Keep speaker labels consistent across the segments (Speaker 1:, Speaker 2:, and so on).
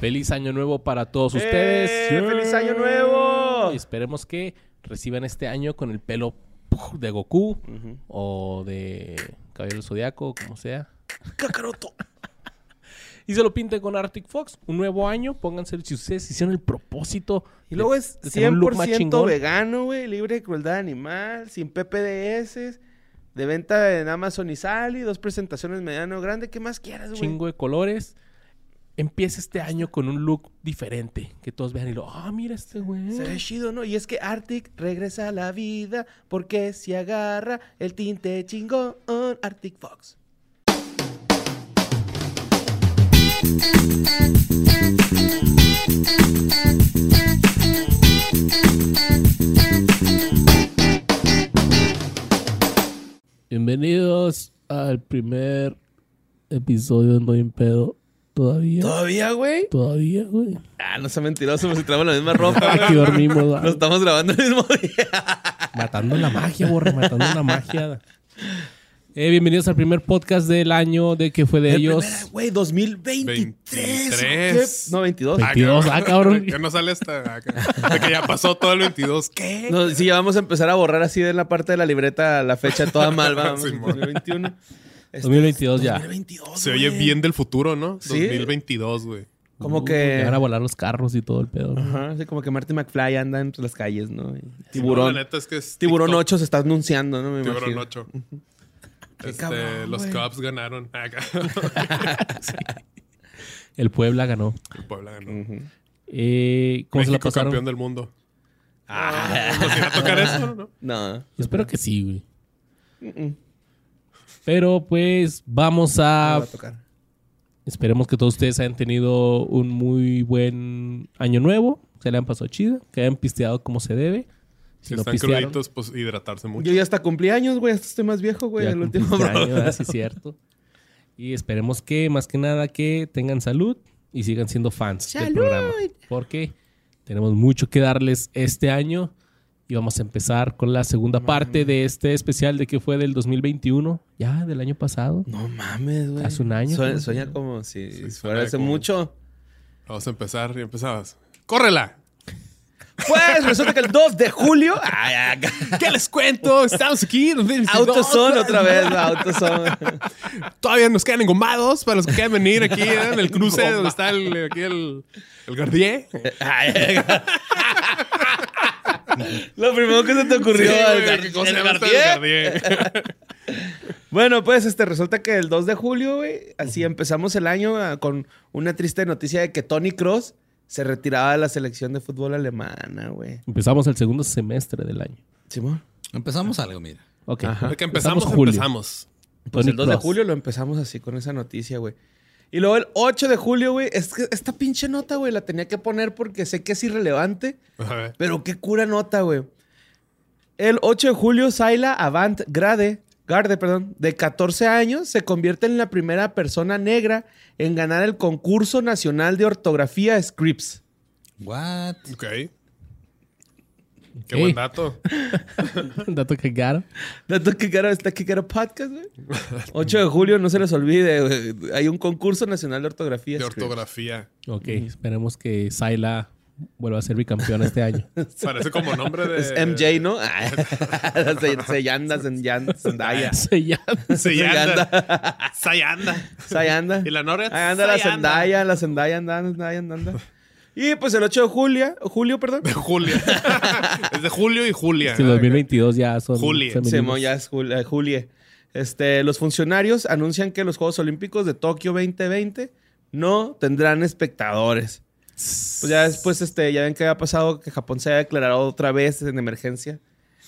Speaker 1: Feliz año nuevo para todos
Speaker 2: ¡Eh!
Speaker 1: ustedes.
Speaker 2: ¡Feliz Año Nuevo!
Speaker 1: Y esperemos que reciban este año con el pelo ¡puf! de Goku o de Caballero del Zodiaco, como sea. Kakaroto. y se lo pinten con Arctic Fox. Un nuevo año, pónganse si ustedes hicieron el propósito.
Speaker 2: Y
Speaker 1: de-
Speaker 2: luego es
Speaker 1: de tener un look más
Speaker 2: 100%
Speaker 1: chingón.
Speaker 2: vegano, güey, libre de crueldad animal, sin PPDS, de venta en Amazon y Sally, dos presentaciones mediano grande, ¿qué más quieras, güey?
Speaker 1: chingo de colores. Empieza este año con un look diferente. Que todos vean y lo, ah, mira este güey.
Speaker 2: Se ve chido, ¿no? Y es que Arctic regresa a la vida porque se agarra el tinte chingón Arctic Fox.
Speaker 1: Bienvenidos al primer episodio de No hay un pedo. Todavía.
Speaker 2: ¿Todavía, güey?
Speaker 1: Todavía, güey.
Speaker 2: Ah, no sea mentiroso, porque traemos la misma ropa,
Speaker 1: Aquí
Speaker 2: güey.
Speaker 1: dormimos. ah.
Speaker 2: Lo estamos grabando el mismo día.
Speaker 1: Matando la magia, borra, matando la magia. Eh, bienvenidos al primer podcast del año de que fue de ellos. Este
Speaker 2: Primera, Güey, 2023.
Speaker 3: Veintitrés.
Speaker 2: ¿Qué? No, 22.
Speaker 3: Ah,
Speaker 1: 22, ah, cabrón.
Speaker 3: Ya no sale esta. ah, cabrón. De que ya pasó todo el 22. ¿Qué?
Speaker 2: No, sí, ya vamos a empezar a borrar así de la parte de la libreta la fecha toda mal, vamos.
Speaker 3: Simón.
Speaker 2: 2021. Este,
Speaker 1: 2022 ya.
Speaker 2: 2022,
Speaker 3: Se oye
Speaker 2: güey.
Speaker 3: bien del futuro, ¿no?
Speaker 2: Sí.
Speaker 3: 2022, güey.
Speaker 2: Como
Speaker 1: Uh,
Speaker 2: que.
Speaker 1: Van a volar los carros y todo el pedo. ¿no?
Speaker 2: Ajá, sí, como que Marty McFly anda entre las calles, ¿no? Y
Speaker 3: No,
Speaker 2: tiburón.
Speaker 3: la neta es que es
Speaker 2: tiburón
Speaker 3: TikTok.
Speaker 2: 8 se está anunciando, ¿no? Me
Speaker 3: Tiburón
Speaker 2: imagino.
Speaker 3: 8. Este,
Speaker 2: cabrón,
Speaker 3: los
Speaker 2: güey.
Speaker 3: Cubs ganaron. Ah, cabrón.
Speaker 1: El Puebla ganó.
Speaker 3: El Puebla ganó.
Speaker 2: Ujú.
Speaker 1: Eh, ¿Cómo se la
Speaker 3: México
Speaker 1: pasaron?
Speaker 3: campeón del mundo.
Speaker 2: Ah.
Speaker 3: ¿Nos irá a tocar eso, no?
Speaker 2: No.
Speaker 1: Yo espero que sí, güey.
Speaker 2: Mm-mm.
Speaker 1: Pero pues vamos
Speaker 2: No
Speaker 1: a
Speaker 2: va a tocar.
Speaker 1: Esperemos que todos ustedes hayan tenido un muy buen año nuevo, se le han pasado chido, que hayan pisteado como se debe. Si,
Speaker 3: Si
Speaker 1: no
Speaker 3: están
Speaker 1: pistearon,
Speaker 3: cruditos, pues hidratarse mucho.
Speaker 2: Yo ya hasta cumplí años, güey. Hasta estoy más viejo, güey.
Speaker 1: ya
Speaker 2: El
Speaker 1: cumpliste
Speaker 2: último
Speaker 1: año, ¿verdad? Sí, es cierto. Y esperemos que, más que nada, que tengan salud y sigan siendo fans del programa. Porque tenemos mucho que darles este año y vamos a empezar con la segunda
Speaker 3: Mm.
Speaker 1: parte de este especial de que fue del 2021, ya del año pasado.
Speaker 2: No mames, güey.
Speaker 1: Hace un año,
Speaker 2: Suena,
Speaker 1: ¿no?
Speaker 2: sueña como si
Speaker 3: Sí,
Speaker 2: fuera
Speaker 3: suena
Speaker 2: hace
Speaker 3: como-
Speaker 2: mucho.
Speaker 3: Vamos a empezar y empezabas. ¡Córrela!
Speaker 2: Pues resulta que el 2 de julio. Ay, ay,
Speaker 3: ¿Qué les cuento? Estamos aquí. en 2022.
Speaker 2: Autoson otra vez, va, Autoson.
Speaker 3: Todavía nos quedan engombados para los que quieran venir aquí ¿eh? en el cruce donde está el, aquí el, el Gardier.
Speaker 2: Ay, ay, ay. Lo primero que se te ocurrió.
Speaker 3: Sí,
Speaker 2: al
Speaker 3: güey,
Speaker 2: gar-
Speaker 3: ¿qué cosa
Speaker 2: el
Speaker 3: llama este esto
Speaker 2: Gardier.
Speaker 3: del Gardier?
Speaker 2: Bueno, pues este resulta que el 2 de julio, güey, así empezamos el año ah, con una triste noticia de que Tony Cross se retiraba de la selección de fútbol alemana, güey.
Speaker 1: Empezamos el segundo semestre del año.
Speaker 2: Simón.
Speaker 4: Empezamos algo, mira.
Speaker 1: Ok.
Speaker 2: Ajá.
Speaker 3: Porque empezamos,
Speaker 1: julio.
Speaker 3: empezamos.
Speaker 2: Pues
Speaker 1: Toni
Speaker 2: el 2 de
Speaker 1: Kroos.
Speaker 2: julio lo empezamos así con esa noticia, güey. Y luego el 8 de julio, güey, es que esta pinche nota, güey, la tenía que poner porque sé que es irrelevante,
Speaker 3: A ver.
Speaker 2: pero qué cura nota, güey. El 8 de julio, Saila Avant Grade, Garde, perdón, de 14 años, se convierte en la primera persona negra en ganar el concurso nacional de ortografía Scripps.
Speaker 4: What?
Speaker 3: Ok. Qué
Speaker 1: Ok.
Speaker 3: buen dato.
Speaker 1: Dato que caro.
Speaker 2: Dato que quiero, está que quiero podcast, güey. 8 de julio, no se les olvide, güey, hay un concurso nacional de ortografía.
Speaker 3: De
Speaker 2: Scripps.
Speaker 3: ortografía.
Speaker 1: Ok, esperemos que Saila vuelva a ser bicampeona este año.
Speaker 3: Parece como nombre de.
Speaker 2: Es MJ, ¿no? Ah, se, se yanda, se yanda, Zendaya.
Speaker 1: Se llama.
Speaker 3: Sayanda. Sayanda.
Speaker 2: Pues Ahí anda.
Speaker 3: Y la Nora.
Speaker 2: Ahí anda la
Speaker 3: Sayanda.
Speaker 2: Zendaya, la Zendaya anda, Zendaya anda, anda. Y pues el 8 de julio, julio, perdón.
Speaker 3: De Julia. es de Julio y Julia.
Speaker 1: Si en 2022 ya son.
Speaker 3: Juli.
Speaker 1: femeninos.
Speaker 2: Simón, ya es jul- eh, Julie. Este, los funcionarios anuncian que los Juegos Olímpicos de Tokio 2020 no tendrán espectadores. Pues ya después, este, ya ven que había pasado que Japón se había declarado otra vez en emergencia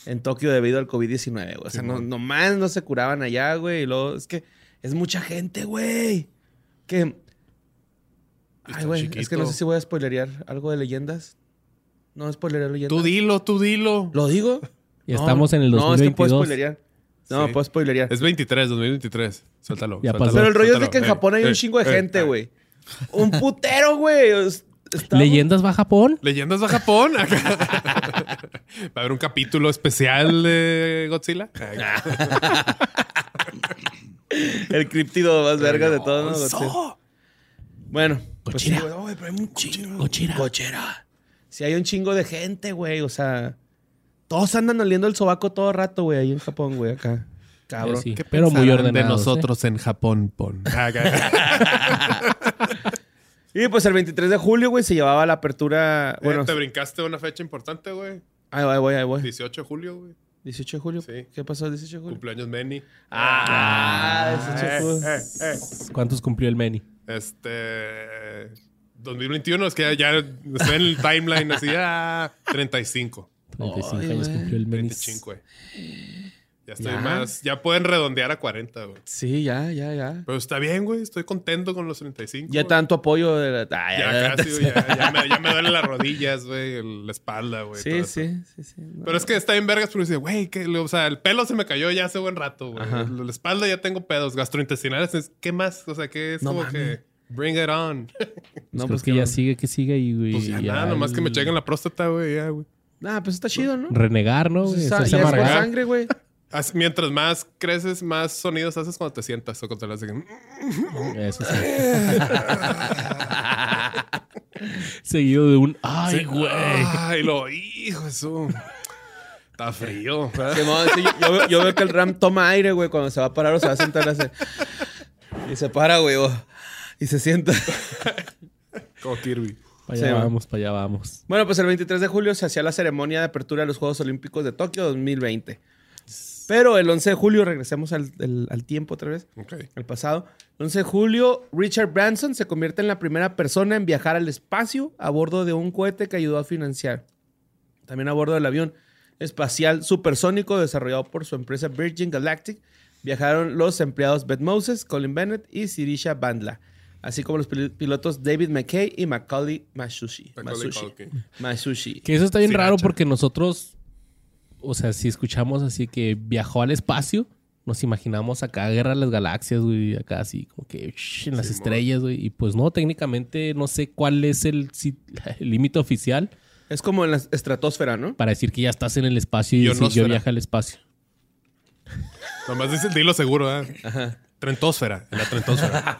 Speaker 2: en Tokio debido al COVID-19, güey. O sea, no, nomás no se curaban allá, güey. Y luego, es que es mucha gente, güey. Que. Ay,
Speaker 3: Está
Speaker 2: güey, es que no
Speaker 3: chiquito.
Speaker 2: sé si voy a spoilerear algo de leyendas. No spoilerear leyendas.
Speaker 3: Tú dilo, tú dilo.
Speaker 2: ¿Lo digo?
Speaker 1: Y estamos en el
Speaker 2: No, es que puedo
Speaker 1: 2022.
Speaker 2: spoilerear. No,
Speaker 3: Sí.
Speaker 2: puedo spoilerear.
Speaker 3: Es 23, 2023. Suéltalo.
Speaker 1: Ya
Speaker 3: suéltalo,
Speaker 1: pasó.
Speaker 2: Pero el rollo es de
Speaker 3: suéltalo.
Speaker 2: que en
Speaker 3: Eh,
Speaker 2: Japón hay un
Speaker 3: eh,
Speaker 2: chingo de
Speaker 3: eh,
Speaker 2: gente,
Speaker 3: eh.
Speaker 2: güey. Un putero, güey. Es- estamos-
Speaker 1: ¿Leyendas va a Japón?
Speaker 3: ¿Leyendas de Japón? Acá. ¿Va a haber un capítulo especial de Godzilla?
Speaker 2: El criptido más verga de todos. ¿no?
Speaker 3: Eso.
Speaker 2: Bueno, Pues sí,
Speaker 1: Cochera.
Speaker 2: güey, "Oye, pero hay un chingo.
Speaker 1: cochera.
Speaker 2: Cochera. Si hay un chingo de gente, güey. O sea, todos andan oliendo el sobaco todo rato, güey, ahí en Japón, güey, acá. Cabrón.
Speaker 1: Eh, Sí, pero muy
Speaker 3: pensarán
Speaker 1: ordenados.
Speaker 3: De
Speaker 1: ¿eh?
Speaker 3: nosotros en Japón, pon.
Speaker 2: Y pues el 23 de julio, güey, se llevaba la apertura. Bueno,
Speaker 3: Eh, Te brincaste una fecha importante, güey.
Speaker 2: ahí voy, ahí voy, ahí voy.
Speaker 3: 18 de julio, güey.
Speaker 2: 18 de julio.
Speaker 3: Sí.
Speaker 2: ¿Qué pasó el 18 de julio?
Speaker 3: Cumpleaños Manny.
Speaker 2: Ah, 18 de julio.
Speaker 3: Eh, eh, eh.
Speaker 1: ¿Cuántos cumplió el Manny?
Speaker 3: Este. 2021, es que ya, ya estoy en el timeline así, ah, 35.
Speaker 1: 35
Speaker 2: Ay,
Speaker 1: años
Speaker 2: güey.
Speaker 1: cumplió el Manny.
Speaker 3: 25, güey. Ya estoy
Speaker 2: Ya.
Speaker 3: más. Ya pueden redondear a 40, güey.
Speaker 2: Sí, ya, ya, ya.
Speaker 3: Pero está bien, güey. Estoy contento con los 35.
Speaker 2: Ya
Speaker 3: güey.
Speaker 2: tanto apoyo de la. Ah,
Speaker 3: Ya
Speaker 2: ya,
Speaker 3: casi, güey. Ya, ya me, ya me duelen las rodillas, güey. el- La espalda, güey. todo
Speaker 2: Sí,
Speaker 3: eso.
Speaker 2: sí, sí, sí. no.
Speaker 3: Pero es que está en vergas porque dice, güey, que, o sea, el pelo se me cayó ya hace buen rato, güey.
Speaker 2: Ajá.
Speaker 3: La espalda ya tengo pedos gastrointestinales. es- ¿Qué más? O sea, que es
Speaker 2: No
Speaker 3: como
Speaker 2: mames.
Speaker 3: que bring it on.
Speaker 1: No,
Speaker 2: No,
Speaker 1: pues
Speaker 2: pues
Speaker 1: que
Speaker 2: qué
Speaker 1: ya
Speaker 2: bueno.
Speaker 1: sigue, que sigue ahí, güey.
Speaker 3: Pues ya, nada, nomás que me
Speaker 1: el-
Speaker 3: chequen la próstata, güey, ya, güey.
Speaker 2: Nah, pues está chido, ¿no?
Speaker 1: Renegar, ¿no?
Speaker 2: Pues
Speaker 1: güey?
Speaker 2: está-
Speaker 1: Hacerse
Speaker 2: ya es por
Speaker 1: amargar.
Speaker 2: sangre, güey.
Speaker 3: As- mientras más creces, más sonidos haces cuando te sientas o cuando te las "Mm, de-
Speaker 1: Eso sí. Seguido de un. ¡Ay, güey!
Speaker 3: Ay, lo hijo, eso. Está frío.
Speaker 2: Simón, sí, yo, yo veo, yo veo que el Ram toma aire, güey, cuando se va a parar o se va a sentar. hace- Y se para, güey, o- y se sienta.
Speaker 3: Como Kirby.
Speaker 1: Para allá
Speaker 2: Sí, va.
Speaker 1: vamos, para allá vamos.
Speaker 2: Bueno, pues el 23 de julio se hacía la ceremonia de apertura de los Juegos Olímpicos de Tokio 2020. Pero el 11 de julio, regresemos al, al- al tiempo otra vez,
Speaker 3: Ok.
Speaker 2: al pasado. El 11 de julio, Richard Branson se convierte en la primera persona en viajar al espacio a bordo de un cohete que ayudó a financiar. También a bordo del avión espacial supersónico desarrollado por su empresa Virgin Galactic, viajaron los empleados Beth Moses, Colin Bennett y Sirisha Bandla, así como los pil- pilotos David McKay y Macaulay Masushi.
Speaker 3: Macaulay
Speaker 2: Masushi.
Speaker 3: Culkin.
Speaker 2: Masushi.
Speaker 1: Que eso está bien
Speaker 3: Sí,
Speaker 1: raro
Speaker 3: gacha.
Speaker 1: porque nosotros, o sea, si escuchamos así que viajó al espacio, nos imaginamos acá Guerra de las Galaxias, güey, acá así como que shh, en las
Speaker 3: Simón.
Speaker 1: estrellas, güey. Y pues no, técnicamente no sé cuál es el si- el límite oficial
Speaker 2: Es como en la estratosfera, ¿no?
Speaker 1: para decir que ya estás en el espacio y decir, yo
Speaker 3: Ionosfera.
Speaker 1: viaje al espacio.
Speaker 3: Nomás dice, dilo seguro, ¿eh? Trentósfera. En la trentósfera.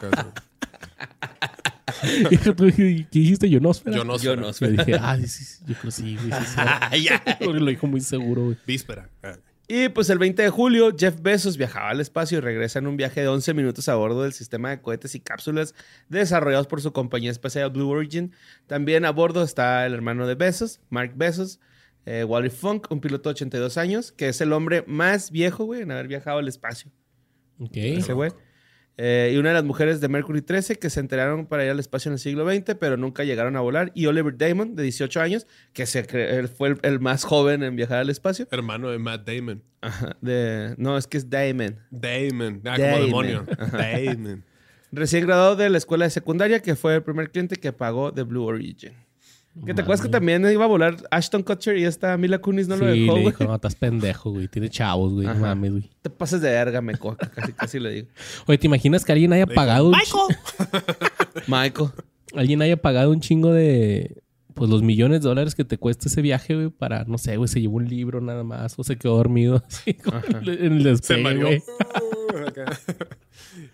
Speaker 1: Hija, tú, ¿Qué dijiste? Ionosfera.
Speaker 3: Yo no sé.
Speaker 1: Yo dije, ah, sí, sí, yo creo que sí, güey, sí, sí. Porque lo dijo muy seguro, güey.
Speaker 3: Víspera. Ah.
Speaker 2: Y pues el 20 de julio, Jeff Bezos viajaba al espacio y regresa en un viaje de 11 minutos a bordo del sistema de cohetes y cápsulas desarrollados por su compañía espacial Blue Origin. También a bordo está el hermano de Bezos, Mark Bezos, eh, Wally Funk, un piloto de 82 años, que es el hombre más viejo, güey, en haber viajado al espacio.
Speaker 1: Ok.
Speaker 2: Ese güey. Eh, y una de las mujeres de Mercury 13 que se enteraron para ir al espacio en el siglo XX, pero nunca llegaron a volar. Y Oliver Damon, de 18 años, que se cre- él fue el, el más joven en viajar al espacio.
Speaker 3: Hermano de Matt Damon.
Speaker 2: Ajá, de- no, es que es Damon.
Speaker 3: Damon. Ah,
Speaker 2: Damon.
Speaker 3: como demonio. Damon.
Speaker 2: Recién graduado de la escuela de secundaria, que fue el primer cliente que pagó de Blue Origin. Que te acuerdas que también iba a volar Ashton Kutcher y esta Mila Kunis no
Speaker 1: sí,
Speaker 2: lo dejó,
Speaker 1: le
Speaker 2: güey.
Speaker 1: dijo, no, estás pendejo, güey. Tiene chavos, güey. No
Speaker 2: Ajá.
Speaker 1: mames, güey.
Speaker 2: Te pases de verga, me coca, casi, casi le digo.
Speaker 1: Oye, ¿te imaginas que alguien haya pagado un
Speaker 2: Michael.
Speaker 1: alguien haya pagado un chingo de pues los millones de dólares que te cuesta ese viaje, güey, para, no sé, güey, se llevó un libro nada más, o se quedó dormido así con
Speaker 2: Ah.
Speaker 1: el- en el
Speaker 3: Se
Speaker 1: despegue,
Speaker 3: mareó.
Speaker 1: güey.
Speaker 3: Acá.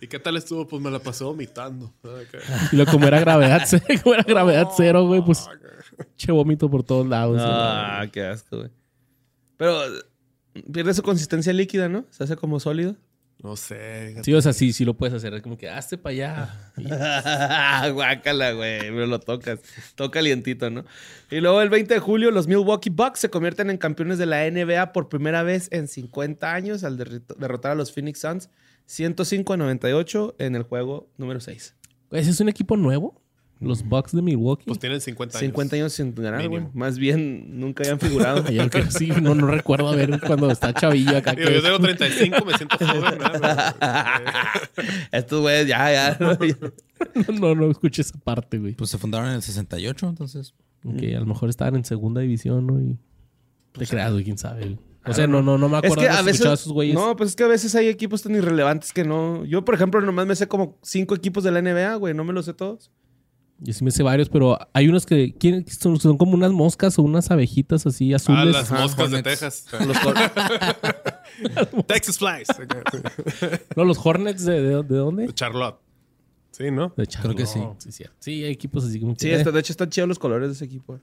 Speaker 3: ¿Y qué tal estuvo? Pues me la pasó vomitando. Acá.
Speaker 1: Y lo como era gravedad cero, como era gravedad cero, güey, pues che vómito por todos lados.
Speaker 2: Ah, qué asco, güey. Pero eh, pierde su consistencia líquida, ¿no? Se hace como sólido.
Speaker 3: No sé.
Speaker 1: güey. Sí, o sea, sí, sí lo puedes hacer, es como que hazte para
Speaker 2: Ah.
Speaker 1: allá.
Speaker 2: Guácala, güey. Pero lo tocas. Todo calientito, ¿no? Y luego el 20 de julio, los Milwaukee Bucks se convierten en campeones de la NBA por primera vez en 50 años al derrit- derrotar a los Phoenix Suns 105 a 98 en el juego número 6.
Speaker 1: ¿Ese es un equipo nuevo?
Speaker 2: Mm.
Speaker 1: Los Bucks de Milwaukee.
Speaker 3: Pues tienen 50 años.
Speaker 2: 50 años sin ganar, güey.
Speaker 3: Mínimo.
Speaker 2: Más bien, nunca habían figurado.
Speaker 1: Ay, yo creo que sí, no, no recuerdo a ver cuando está chavillo acá.
Speaker 3: Digo,
Speaker 1: que-
Speaker 3: yo tengo 35, me siento joven. Ah, ¿verdad?
Speaker 2: Estos güeyes ya, ya.
Speaker 1: no, no, no escuché esa parte, güey.
Speaker 4: Pues se fundaron en el 68, entonces.
Speaker 1: Que a lo mejor estaban en segunda división, ¿no? Y te creas, güey, quién sabe. güey. O sea, no, no, no me
Speaker 2: Es
Speaker 1: acuerdo de
Speaker 2: que a
Speaker 1: haber
Speaker 2: veces.
Speaker 1: escuchado a esos güeyes.
Speaker 2: No, pues es que a veces hay equipos tan irrelevantes que no. Yo, por ejemplo, nomás me sé como cinco equipos de la NBA, güey. No me los sé todos.
Speaker 1: Yo sí me sé varios, pero hay unos que ¿quién- que son, son como unas moscas o unas abejitas así
Speaker 3: Ah,
Speaker 1: azules.
Speaker 3: las
Speaker 4: Ajá,
Speaker 3: moscas de
Speaker 4: Hornets.
Speaker 3: Texas.
Speaker 2: Los cor-
Speaker 3: Texas Flies.
Speaker 1: No, los Hornets de, de- de dónde?
Speaker 3: Charlotte. Sí, ¿no?
Speaker 1: De Charlo.
Speaker 4: Creo que sí.
Speaker 1: Sí, cierto. Sí, hay equipos así como que,
Speaker 2: Sí, este-
Speaker 1: eh,
Speaker 2: está- de hecho están chidos los colores de ese equipo.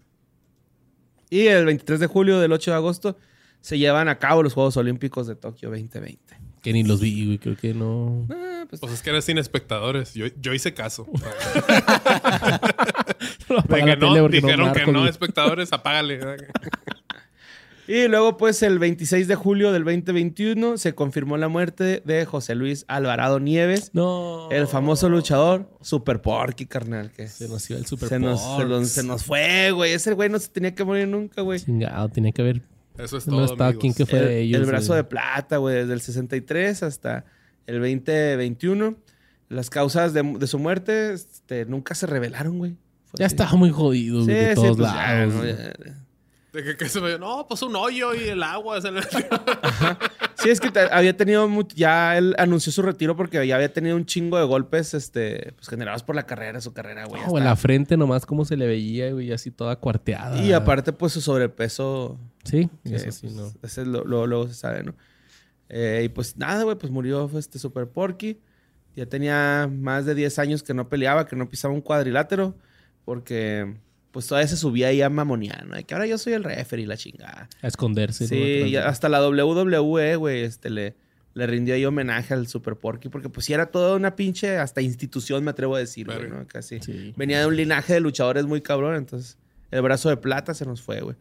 Speaker 2: Y el 23 de julio del 8 de agosto se llevan a cabo los Juegos Olímpicos de Tokio 2020.
Speaker 1: que ni los vi, güey. Creo que no.
Speaker 2: Ah, pues,
Speaker 3: Pues es que era sin espectadores. Yo, yo hice caso.
Speaker 1: Apaga
Speaker 3: De
Speaker 1: la
Speaker 3: que no,
Speaker 1: tele porque
Speaker 3: dijeron que
Speaker 1: marco,
Speaker 3: no,
Speaker 1: güey.
Speaker 3: espectadores, apágale.
Speaker 2: Y luego, pues, el 26 de julio del 2021 se confirmó la muerte de José Luis Alvarado Nieves,
Speaker 1: No.
Speaker 2: el famoso luchador Super Porky, carnal. Que
Speaker 1: Se nos iba el Super
Speaker 2: se nos, se
Speaker 1: Porks.
Speaker 2: nos- se nos fue, güey. Ese güey no se tenía que morir nunca, güey.
Speaker 1: Chingado, tenía que haber.
Speaker 3: Eso es todo.
Speaker 1: No estaba
Speaker 3: amigos.
Speaker 1: quien que fue
Speaker 2: el,
Speaker 1: de ellos.
Speaker 2: el brazo
Speaker 1: güey.
Speaker 2: de plata, güey, desde el 63 hasta el 2021. Las causas de, de su muerte este, nunca se revelaron, güey. Fue
Speaker 1: Ya
Speaker 2: así.
Speaker 1: estaba muy jodido,
Speaker 2: pues Sí,
Speaker 1: güey. de
Speaker 2: sí,
Speaker 1: todos
Speaker 2: pues, ya,
Speaker 1: lados.
Speaker 2: ¿no?
Speaker 1: güey.
Speaker 2: Ya, ya.
Speaker 3: De que, que se me- no, pues un hoyo y el agua. pues se le-
Speaker 2: Sí, es que te- había tenido. mu- Ya él anunció su retiro porque ya había tenido un chingo de golpes este, pues, generados por la carrera, su carrera, güey. ya
Speaker 1: No, güey,
Speaker 2: está.
Speaker 1: la frente nomás como se le veía, güey, así toda cuarteada.
Speaker 2: Y aparte, pues su sobrepeso.
Speaker 1: Sí,
Speaker 2: que,
Speaker 1: eso sí,
Speaker 2: pues,
Speaker 1: no.
Speaker 2: ese lo- lo- luego se sabe, ¿no? Eh, y pues nada, güey, pues murió fue este Super Porky. Ya tenía más de 10 años que no peleaba, que no pisaba un cuadrilátero, porque pues todavía se subía ahí a mamoniano. De que ahora yo soy el referee, la chingada.
Speaker 1: A esconderse.
Speaker 2: Sí,
Speaker 1: ¿no? Atrás
Speaker 2: y
Speaker 1: de-
Speaker 2: hasta la WWE, güey, este, le, le rindió ahí homenaje al Super Porky, porque pues sí era toda una pinche, hasta institución, me atrevo a decir, güey,
Speaker 3: Verga.
Speaker 2: ¿no? Casi.
Speaker 1: Sí.
Speaker 2: Venía de un linaje de luchadores muy cabrón, entonces el brazo de plata se nos fue, güey.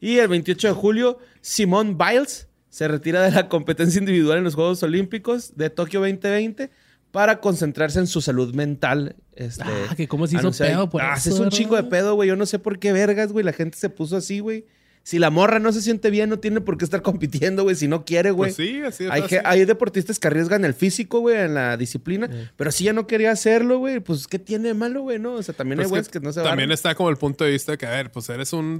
Speaker 2: Y el 28 de julio, Simone Biles se retira de la competencia individual en los Juegos Olímpicos de Tokio 2020 para concentrarse en su salud mental. Este,
Speaker 1: Ah, que cómo se hizo
Speaker 2: anunciar-
Speaker 1: pedo por
Speaker 2: Ah,
Speaker 1: eso,
Speaker 2: se hizo un
Speaker 1: ¿verdad?
Speaker 2: chingo de pedo, güey. Yo no sé por qué vergas, güey. La gente se puso así, güey. Si la morra no se siente bien, no tiene por qué estar compitiendo, güey. Si no quiere, güey.
Speaker 3: Pues sí, así es.
Speaker 2: Hay,
Speaker 3: así.
Speaker 2: ge- hay deportistas que arriesgan el físico, güey, en la disciplina. Pero si ya no quería hacerlo, güey, pues ¿qué tiene de malo, güey? No, o sea, también
Speaker 3: Pero
Speaker 2: hay
Speaker 3: Pues es
Speaker 2: güeyes que, no se van.
Speaker 3: También está como el punto de vista de que, a ver, pues eres un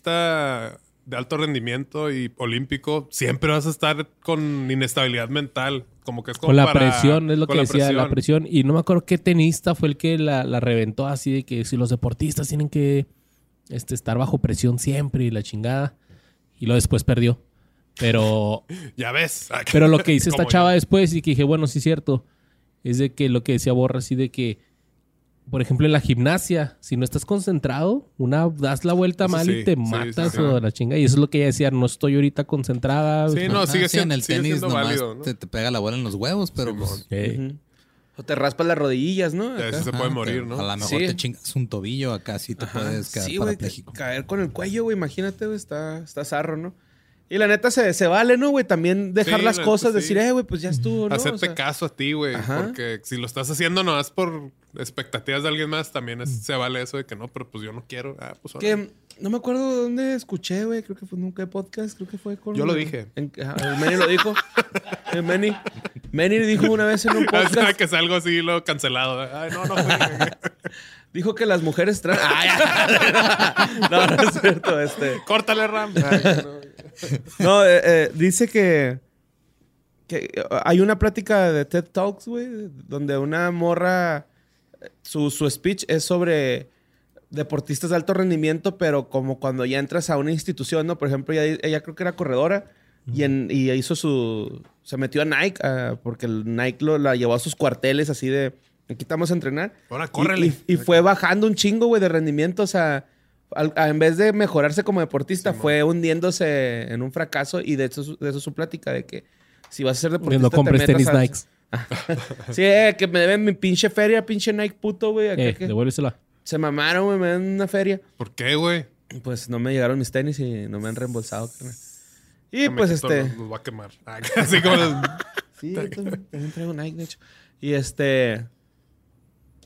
Speaker 3: deportista de alto rendimiento y olímpico, siempre vas a estar con inestabilidad mental, como que es como
Speaker 1: Con la
Speaker 3: para-
Speaker 1: presión, es lo
Speaker 3: con
Speaker 1: que decía, la presión. Y no me acuerdo qué tenista fue el que la, la reventó así de que si los deportistas tienen que este, estar bajo presión siempre y la chingada. Y lo después perdió. Pero,
Speaker 3: Ya ves.
Speaker 1: pero lo que hice esta
Speaker 3: Como
Speaker 1: chava después y que dije, bueno, sí es cierto, es de que lo que decía Borra así de que, por ejemplo, en la gimnasia, si no estás concentrado, una das la vuelta
Speaker 3: Eso
Speaker 1: mal y
Speaker 3: sí,
Speaker 1: te
Speaker 3: sí, sí,
Speaker 1: matas
Speaker 3: sí.
Speaker 1: o la chinga. Y eso es lo que ella decía, no estoy ahorita concentrada. Pues,
Speaker 3: Sí, no,
Speaker 4: Ah,
Speaker 3: sigue
Speaker 4: sí,
Speaker 3: siendo,
Speaker 4: en el
Speaker 3: sigue
Speaker 4: tenis
Speaker 3: siendo
Speaker 4: nomás
Speaker 3: válido, ¿no?
Speaker 4: te, te pega la bola en los huevos, pero pues,
Speaker 1: Eh,
Speaker 2: Ujú. O te raspas las rodillas, ¿no?
Speaker 3: Ya,
Speaker 2: Acá.
Speaker 3: sí se puede
Speaker 4: ajá,
Speaker 3: morir,
Speaker 4: te-
Speaker 3: ¿no?
Speaker 4: A lo mejor
Speaker 2: Sí.
Speaker 4: te chingas un tobillo acá, sí te puedes quedar
Speaker 2: Sí, güey,
Speaker 4: parapléjico.
Speaker 2: ca- caer con el cuello, güey, imagínate, güey, está, está zarro, ¿no? Y la neta se, se vale, ¿no, güey? También dejar
Speaker 3: Sí,
Speaker 2: las
Speaker 3: la
Speaker 2: cosas,
Speaker 3: neta,
Speaker 2: decir,
Speaker 3: sí.
Speaker 2: eh, güey, pues ya estuvo, ¿no? O
Speaker 3: Hacerte
Speaker 2: sea,
Speaker 3: caso a ti, güey.
Speaker 2: Ajá.
Speaker 3: Porque si lo estás haciendo nomás por expectativas de alguien más, también es- se vale eso de que no, pero pues yo no quiero. Ah, pues órale.
Speaker 2: que no me acuerdo dónde escuché, güey, creo que fue nunca podcast, creo que fue con...
Speaker 3: Yo lo dije.
Speaker 2: En- ah, el Manny lo dijo. El Manny, Manny dijo una vez en un
Speaker 3: Ah, es
Speaker 2: podcast,
Speaker 3: que salgo así lo cancelado. Ay, no, no fui.
Speaker 2: dijo que las mujeres trans... Ay, no, no es cierto, este...
Speaker 3: Córtale, Ram.
Speaker 2: No, eh, eh, dice que, que eh, hay una plática de TED Talks, güey, donde una morra, eh, su, su speech es sobre deportistas de alto rendimiento, pero como cuando ya entras a una institución, ¿no? Por ejemplo, ella, ella creo que era corredora y, en- y hizo su... Se metió a Nike ah, porque el Nike lo, la llevó a sus cuarteles así de... Aquí estamos a entrenar.
Speaker 3: Ahora,
Speaker 2: Y-
Speaker 3: córrele.
Speaker 2: y- y fue bajando un chingo, güey, de rendimiento. O sea, al- a- en vez de mejorarse como deportista, fue hundiéndose en un fracaso. Y de eso, su- de eso su plática, de que si vas a ser
Speaker 1: que
Speaker 2: deportista...
Speaker 1: no
Speaker 2: te
Speaker 1: compres
Speaker 2: metas
Speaker 1: tenis
Speaker 2: a-
Speaker 1: Nikes.
Speaker 2: Sí, eh, que me deben mi pinche feria, pinche Nike puto, güey. acá
Speaker 1: Eh,
Speaker 2: que
Speaker 1: devuélvesela.
Speaker 2: Se mamaron, güey, me dan una feria.
Speaker 3: ¿Por qué, güey?
Speaker 2: Pues no me llegaron mis tenis y no me han reembolsado. carnal. Y
Speaker 3: Que me
Speaker 2: pues
Speaker 3: quito,
Speaker 2: este...
Speaker 3: Nos, nos va a quemar. Ah, Así como.
Speaker 2: Sí, yo también, también traigo Nike, de hecho. Y este.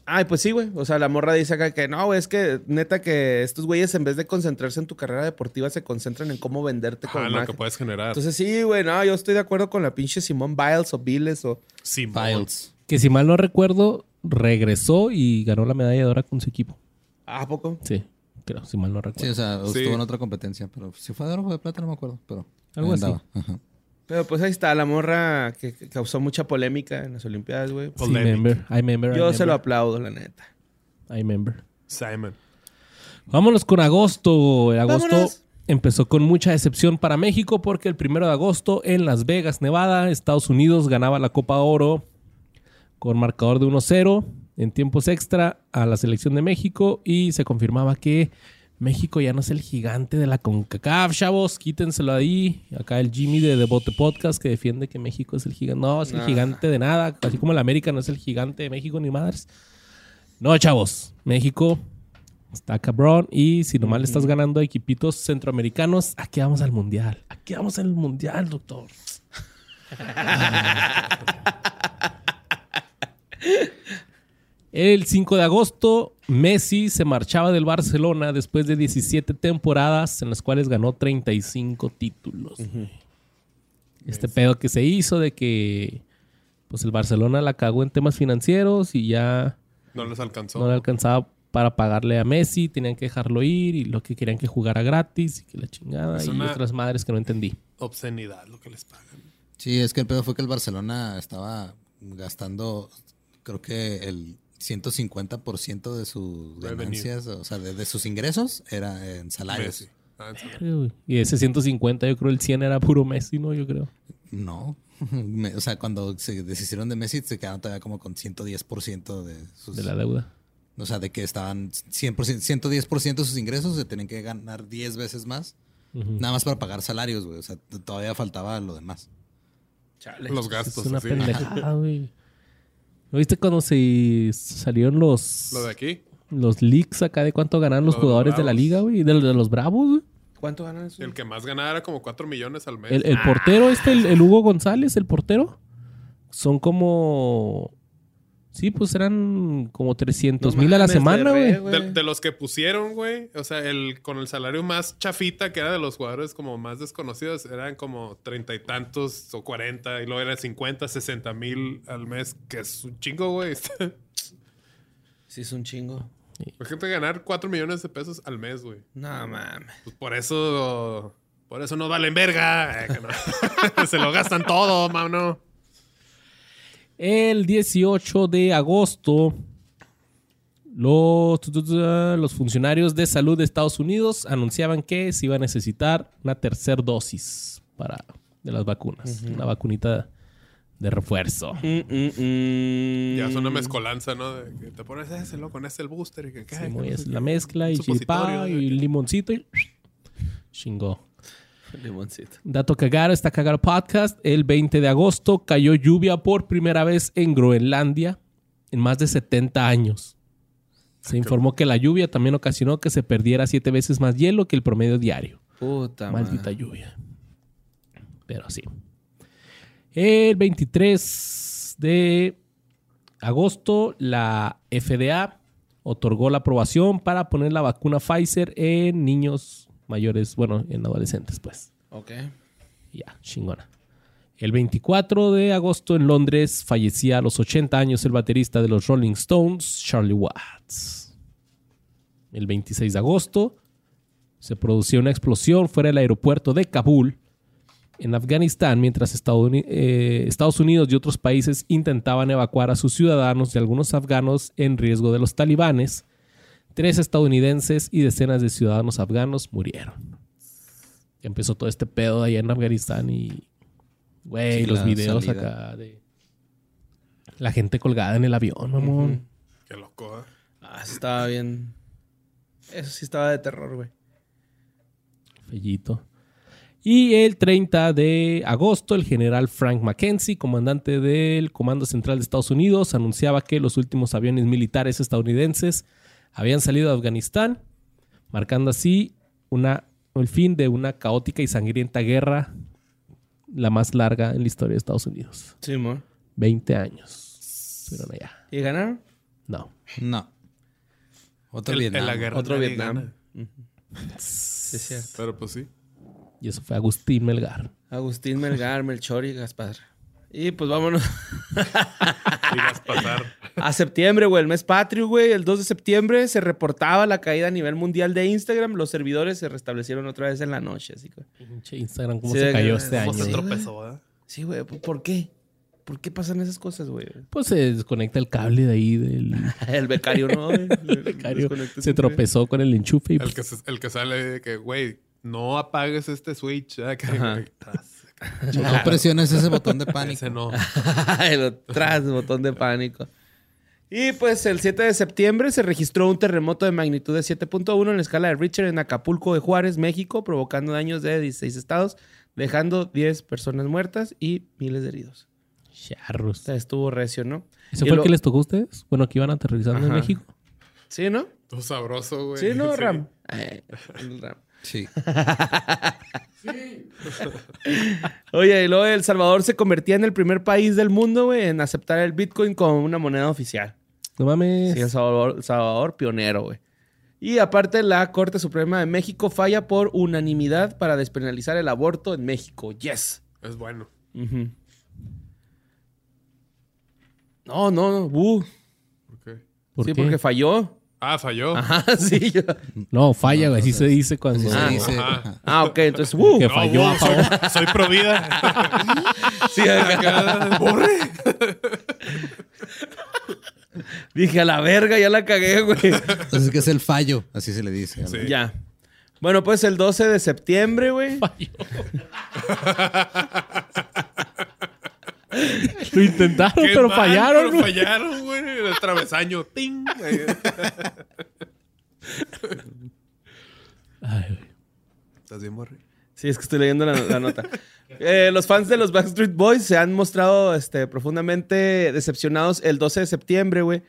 Speaker 2: Ay, pues sí, güey. O sea, la morra dice acá que no, güey, es que neta que estos güeyes en vez de concentrarse en tu carrera deportiva se concentran en cómo venderte
Speaker 3: Ah,
Speaker 2: con
Speaker 3: lo que puedes generar.
Speaker 2: Entonces sí, güey, no, yo estoy de acuerdo con la pinche Simone Biles o Biles o...
Speaker 3: Simón.
Speaker 4: Files.
Speaker 1: Que si mal no recuerdo, regresó y ganó la medalla de oro con su equipo.
Speaker 2: Ah, ¿A poco?
Speaker 1: Sí, creo, si mal no
Speaker 4: Sí, o
Speaker 1: recuerdo.
Speaker 4: sea,
Speaker 3: Sí.
Speaker 4: estuvo en otra competencia, pero si fue de oro o de plata, no me acuerdo, pero
Speaker 1: Algo
Speaker 4: ahí
Speaker 1: así.
Speaker 4: andaba, ajá.
Speaker 2: Pero pues ahí está, la morra que, que causó mucha polémica en las Olimpiadas, güey.
Speaker 1: Sí,
Speaker 3: Polémica.
Speaker 1: member. I member. I
Speaker 2: Yo se lo
Speaker 1: member,
Speaker 2: aplaudo, la neta.
Speaker 1: I member.
Speaker 3: Simon.
Speaker 1: Vámonos con agosto. El agosto
Speaker 2: Vámonos.
Speaker 1: empezó con mucha decepción para México porque el primero de agosto en Las Vegas, Nevada, Estados Unidos ganaba la Copa Oro con marcador de 1-0. en tiempos extra a la selección de México y se confirmaba que México ya no es el gigante de la CONCACAF, chavos, quítenselo ahí. Acá el Jimmy de Debote Podcast que defiende que México es el gigante. No, es el
Speaker 2: Nah.
Speaker 1: gigante de nada, así como el América no es el gigante de México ni madres. No, chavos, México está cabrón y si nomás le estás ganando a equipitos centroamericanos, aquí vamos al mundial. Aquí vamos al mundial, doctor. El 5 de agosto, Messi se marchaba del Barcelona después de 17 temporadas en las cuales ganó 35 títulos. Este pedo que se hizo de que pues el Barcelona la cagó en temas financieros y ya
Speaker 3: No les alcanzó.
Speaker 1: no le alcanzaba para pagarle a Messi, tenían que dejarlo ir y lo que querían que jugara gratis y que la chingada
Speaker 3: Es
Speaker 1: y
Speaker 3: una-
Speaker 1: otras madres que no entendí.
Speaker 3: Obscenidad lo que les pagan.
Speaker 4: Sí, es que el pedo fue que el Barcelona estaba gastando, creo que el 150% de sus
Speaker 3: Revenue.
Speaker 4: ganancias, o sea, de, de sus ingresos era en salarios.
Speaker 3: Messi. Ah, en serio.
Speaker 1: Y ese 150, yo creo el 100 era puro Messi, ¿no? Yo creo.
Speaker 4: No. Me- o sea, cuando se deshicieron de Messi, se quedaron todavía como con 110% de
Speaker 3: Pues
Speaker 4: sus...
Speaker 1: De la deuda.
Speaker 4: O sea, de que estaban 100%, 110% de sus ingresos, se tenían que ganar 10 veces más.
Speaker 1: Ujú.
Speaker 4: Nada más para pagar salarios, güey. O sea, t- todavía faltaba lo demás.
Speaker 2: Chale.
Speaker 3: Los
Speaker 1: Es
Speaker 3: gastos.
Speaker 1: una
Speaker 3: así.
Speaker 1: pendejada, güey. ¿No viste cuando se salieron los,
Speaker 3: Lo de aquí.
Speaker 1: los leaks acá de cuánto ganan los
Speaker 3: Lo de los
Speaker 1: jugadores de la
Speaker 3: Bravos.
Speaker 1: liga, güey? De, de los Bravos, güey.
Speaker 2: ¿Cuánto ganan eso?
Speaker 3: El que más ganaba era como 4 millones al mes.
Speaker 1: El, el portero este, el, el Hugo González, el portero, son como... Sí, pues eran como 300 mil a la semana, güey.
Speaker 3: de, de los que pusieron, güey. O sea, el con el salario más chafita que era de los jugadores como más desconocidos, eran como treinta y tantos o cuarenta, y luego eran cincuenta, sesenta mil al mes, que es un chingo, güey.
Speaker 2: Sí, es un chingo.
Speaker 3: Imagínate ganar cuatro millones de pesos al mes, güey.
Speaker 2: No mames.
Speaker 3: Pues por eso. Por eso no valen verga. Eh, que no. Se lo gastan todo, mano.
Speaker 1: El 18 de agosto, los, tu, tu, tu, ah, los funcionarios de salud de Estados Unidos anunciaban que se iba a necesitar una tercera dosis para, de las vacunas, una vacunita de refuerzo.
Speaker 2: Mm,
Speaker 3: Ya es
Speaker 1: Mm.
Speaker 3: una mezcolanza, ¿no? De que te pones ese loco, con ese el booster y que cae.
Speaker 1: Sí, muy es la mezcla y
Speaker 3: Supositorio,
Speaker 1: chilpa
Speaker 3: ¿no?
Speaker 1: y limoncito y chingó.
Speaker 2: Limoncito.
Speaker 1: Dato cagaro, está cagaro podcast. El 20 de agosto cayó lluvia por primera vez en Groenlandia en más de 70 años. Se informó que la lluvia también ocasionó que se perdiera siete veces más hielo que el promedio diario.
Speaker 2: Puta
Speaker 1: Maldita
Speaker 2: madre.
Speaker 1: lluvia. Pero sí. El 23 de agosto, la FDA otorgó la aprobación para poner la vacuna Pfizer en niños mayores, bueno, en adolescentes, pues.
Speaker 2: Ok.
Speaker 1: Ya, chingona. El 24 de agosto en Londres fallecía a los 80 años el baterista de los Rolling Stones, Charlie Watts. El 26 de agosto se producía una explosión fuera del aeropuerto de Kabul, en Afganistán, mientras Estados Uni- eh, Estados Unidos y otros países intentaban evacuar a sus ciudadanos y algunos afganos en riesgo de los talibanes. Tres estadounidenses y decenas de ciudadanos afganos murieron empezó todo este pedo allá en Afganistán y, güey,
Speaker 4: Sí,
Speaker 1: los
Speaker 4: la
Speaker 1: videos
Speaker 4: salida.
Speaker 1: acá de la gente colgada en el avión, mamón.
Speaker 2: Ujú.
Speaker 3: Qué loco, ¿eh?
Speaker 2: Ah, eso estaba bien. Eso sí estaba de terror, güey.
Speaker 1: Fellito. Y el 30 de agosto, el general Frank Mackenzie, comandante del Comando Central de Estados Unidos, anunciaba que los últimos aviones militares estadounidenses habían salido de Afganistán, marcando así una, el fin de una caótica y sangrienta guerra, la más larga en la historia de Estados Unidos.
Speaker 2: Sí,
Speaker 1: 20 años. Estuvieron allá.
Speaker 2: ¿Y ganaron?
Speaker 1: No.
Speaker 4: No. Otro
Speaker 3: El-
Speaker 4: Vietnam.
Speaker 3: en la guerra
Speaker 2: Otro
Speaker 3: nadie
Speaker 2: Vietnam.
Speaker 3: gana.
Speaker 2: Sí, es cierto.
Speaker 3: Pero pues sí.
Speaker 1: Y eso fue Agustín Melgar.
Speaker 2: Agustín Melgar, Melchor y Gaspar. Y pues vámonos.
Speaker 3: Digas pasar.
Speaker 2: A septiembre, güey, el mes patrio, güey. El 2 de septiembre se reportaba la caída a nivel mundial de Instagram. Los servidores se restablecieron otra vez en la noche. Así que...
Speaker 1: Pinche Instagram, cómo
Speaker 2: Sí,
Speaker 1: se
Speaker 2: de-
Speaker 1: cayó este
Speaker 3: ¿Cómo
Speaker 1: año.
Speaker 3: se
Speaker 1: eh?
Speaker 3: tropezó, eh?
Speaker 2: Sí, güey, ¿por por qué? ¿Por qué pasan esas cosas, güey?
Speaker 1: Pues se desconecta el cable de ahí del
Speaker 2: El becario no, güey.
Speaker 1: el becario.
Speaker 2: Desconecta
Speaker 1: Se
Speaker 2: siempre.
Speaker 1: tropezó con el enchufe y pues
Speaker 3: El que, se- el que sale de que, güey, no apagues este switch. ¿eh? Que-
Speaker 2: Ajá.
Speaker 3: Tras,
Speaker 4: No presiones ese botón de pánico.
Speaker 3: Ese no.
Speaker 2: el atrás, botón de pánico. Y pues el 7 de septiembre se registró un terremoto de magnitud de 7.1 en la escala de Richter en Acapulco de Juárez, México, provocando daños de 16 estados, dejando 10 personas muertas y miles de heridos. O
Speaker 1: Charros.
Speaker 2: sea, estuvo recio, ¿no?
Speaker 1: ¿Ese
Speaker 2: Y
Speaker 1: fue el
Speaker 2: lo-
Speaker 1: que les tocó a ustedes? Bueno, que iban aterrizando en
Speaker 2: Ajá.
Speaker 1: México.
Speaker 2: Sí, ¿no?
Speaker 3: Todo sabroso, güey.
Speaker 2: Sí, ¿no, Ram? Eh, el Ram.
Speaker 4: Sí.
Speaker 2: Oye, y luego El Salvador se convertía en el primer país del mundo, güey, en aceptar el Bitcoin como una moneda oficial.
Speaker 1: No mames.
Speaker 2: Sí, El Salvador, El Salvador pionero, güey. Y aparte, la Corte Suprema de México falla por unanimidad para despenalizar el aborto en México. Yes.
Speaker 3: Es bueno.
Speaker 2: Ujú. No, no, no. uh.
Speaker 3: Ok.
Speaker 1: ¿Por
Speaker 2: sí,
Speaker 1: qué?
Speaker 2: porque falló.
Speaker 3: Ah, falló.
Speaker 2: Ajá, sí. yo-
Speaker 1: No, falla, güey. Así
Speaker 4: no,
Speaker 1: se dice cuando.
Speaker 4: Así se
Speaker 2: Ah,
Speaker 4: dice.
Speaker 3: ajá.
Speaker 4: ajá.
Speaker 2: Ah, ok, entonces, uh.
Speaker 1: Que falló
Speaker 3: No,
Speaker 1: a
Speaker 3: soy,
Speaker 1: favor.
Speaker 3: soy pro vida.
Speaker 2: Sí, acá.
Speaker 3: Borre.
Speaker 2: Dije, a la verga, ya la cagué, güey.
Speaker 4: Entonces es que es el fallo, así se le dice.
Speaker 3: Sí.
Speaker 2: ya. Bueno, pues el 12 de septiembre, güey.
Speaker 1: Lo intentaron,
Speaker 3: Qué
Speaker 1: pero
Speaker 3: mal,
Speaker 1: fallaron,
Speaker 3: Pero
Speaker 1: güey.
Speaker 3: fallaron, güey. El travesaño. Ting.
Speaker 1: Ay, güey.
Speaker 3: ¿Estás bien, Borre?
Speaker 2: Sí, es que estoy leyendo la, la nota. Eh, los fans de los Backstreet Boys se han mostrado este, profundamente decepcionados el 12 de septiembre, güey.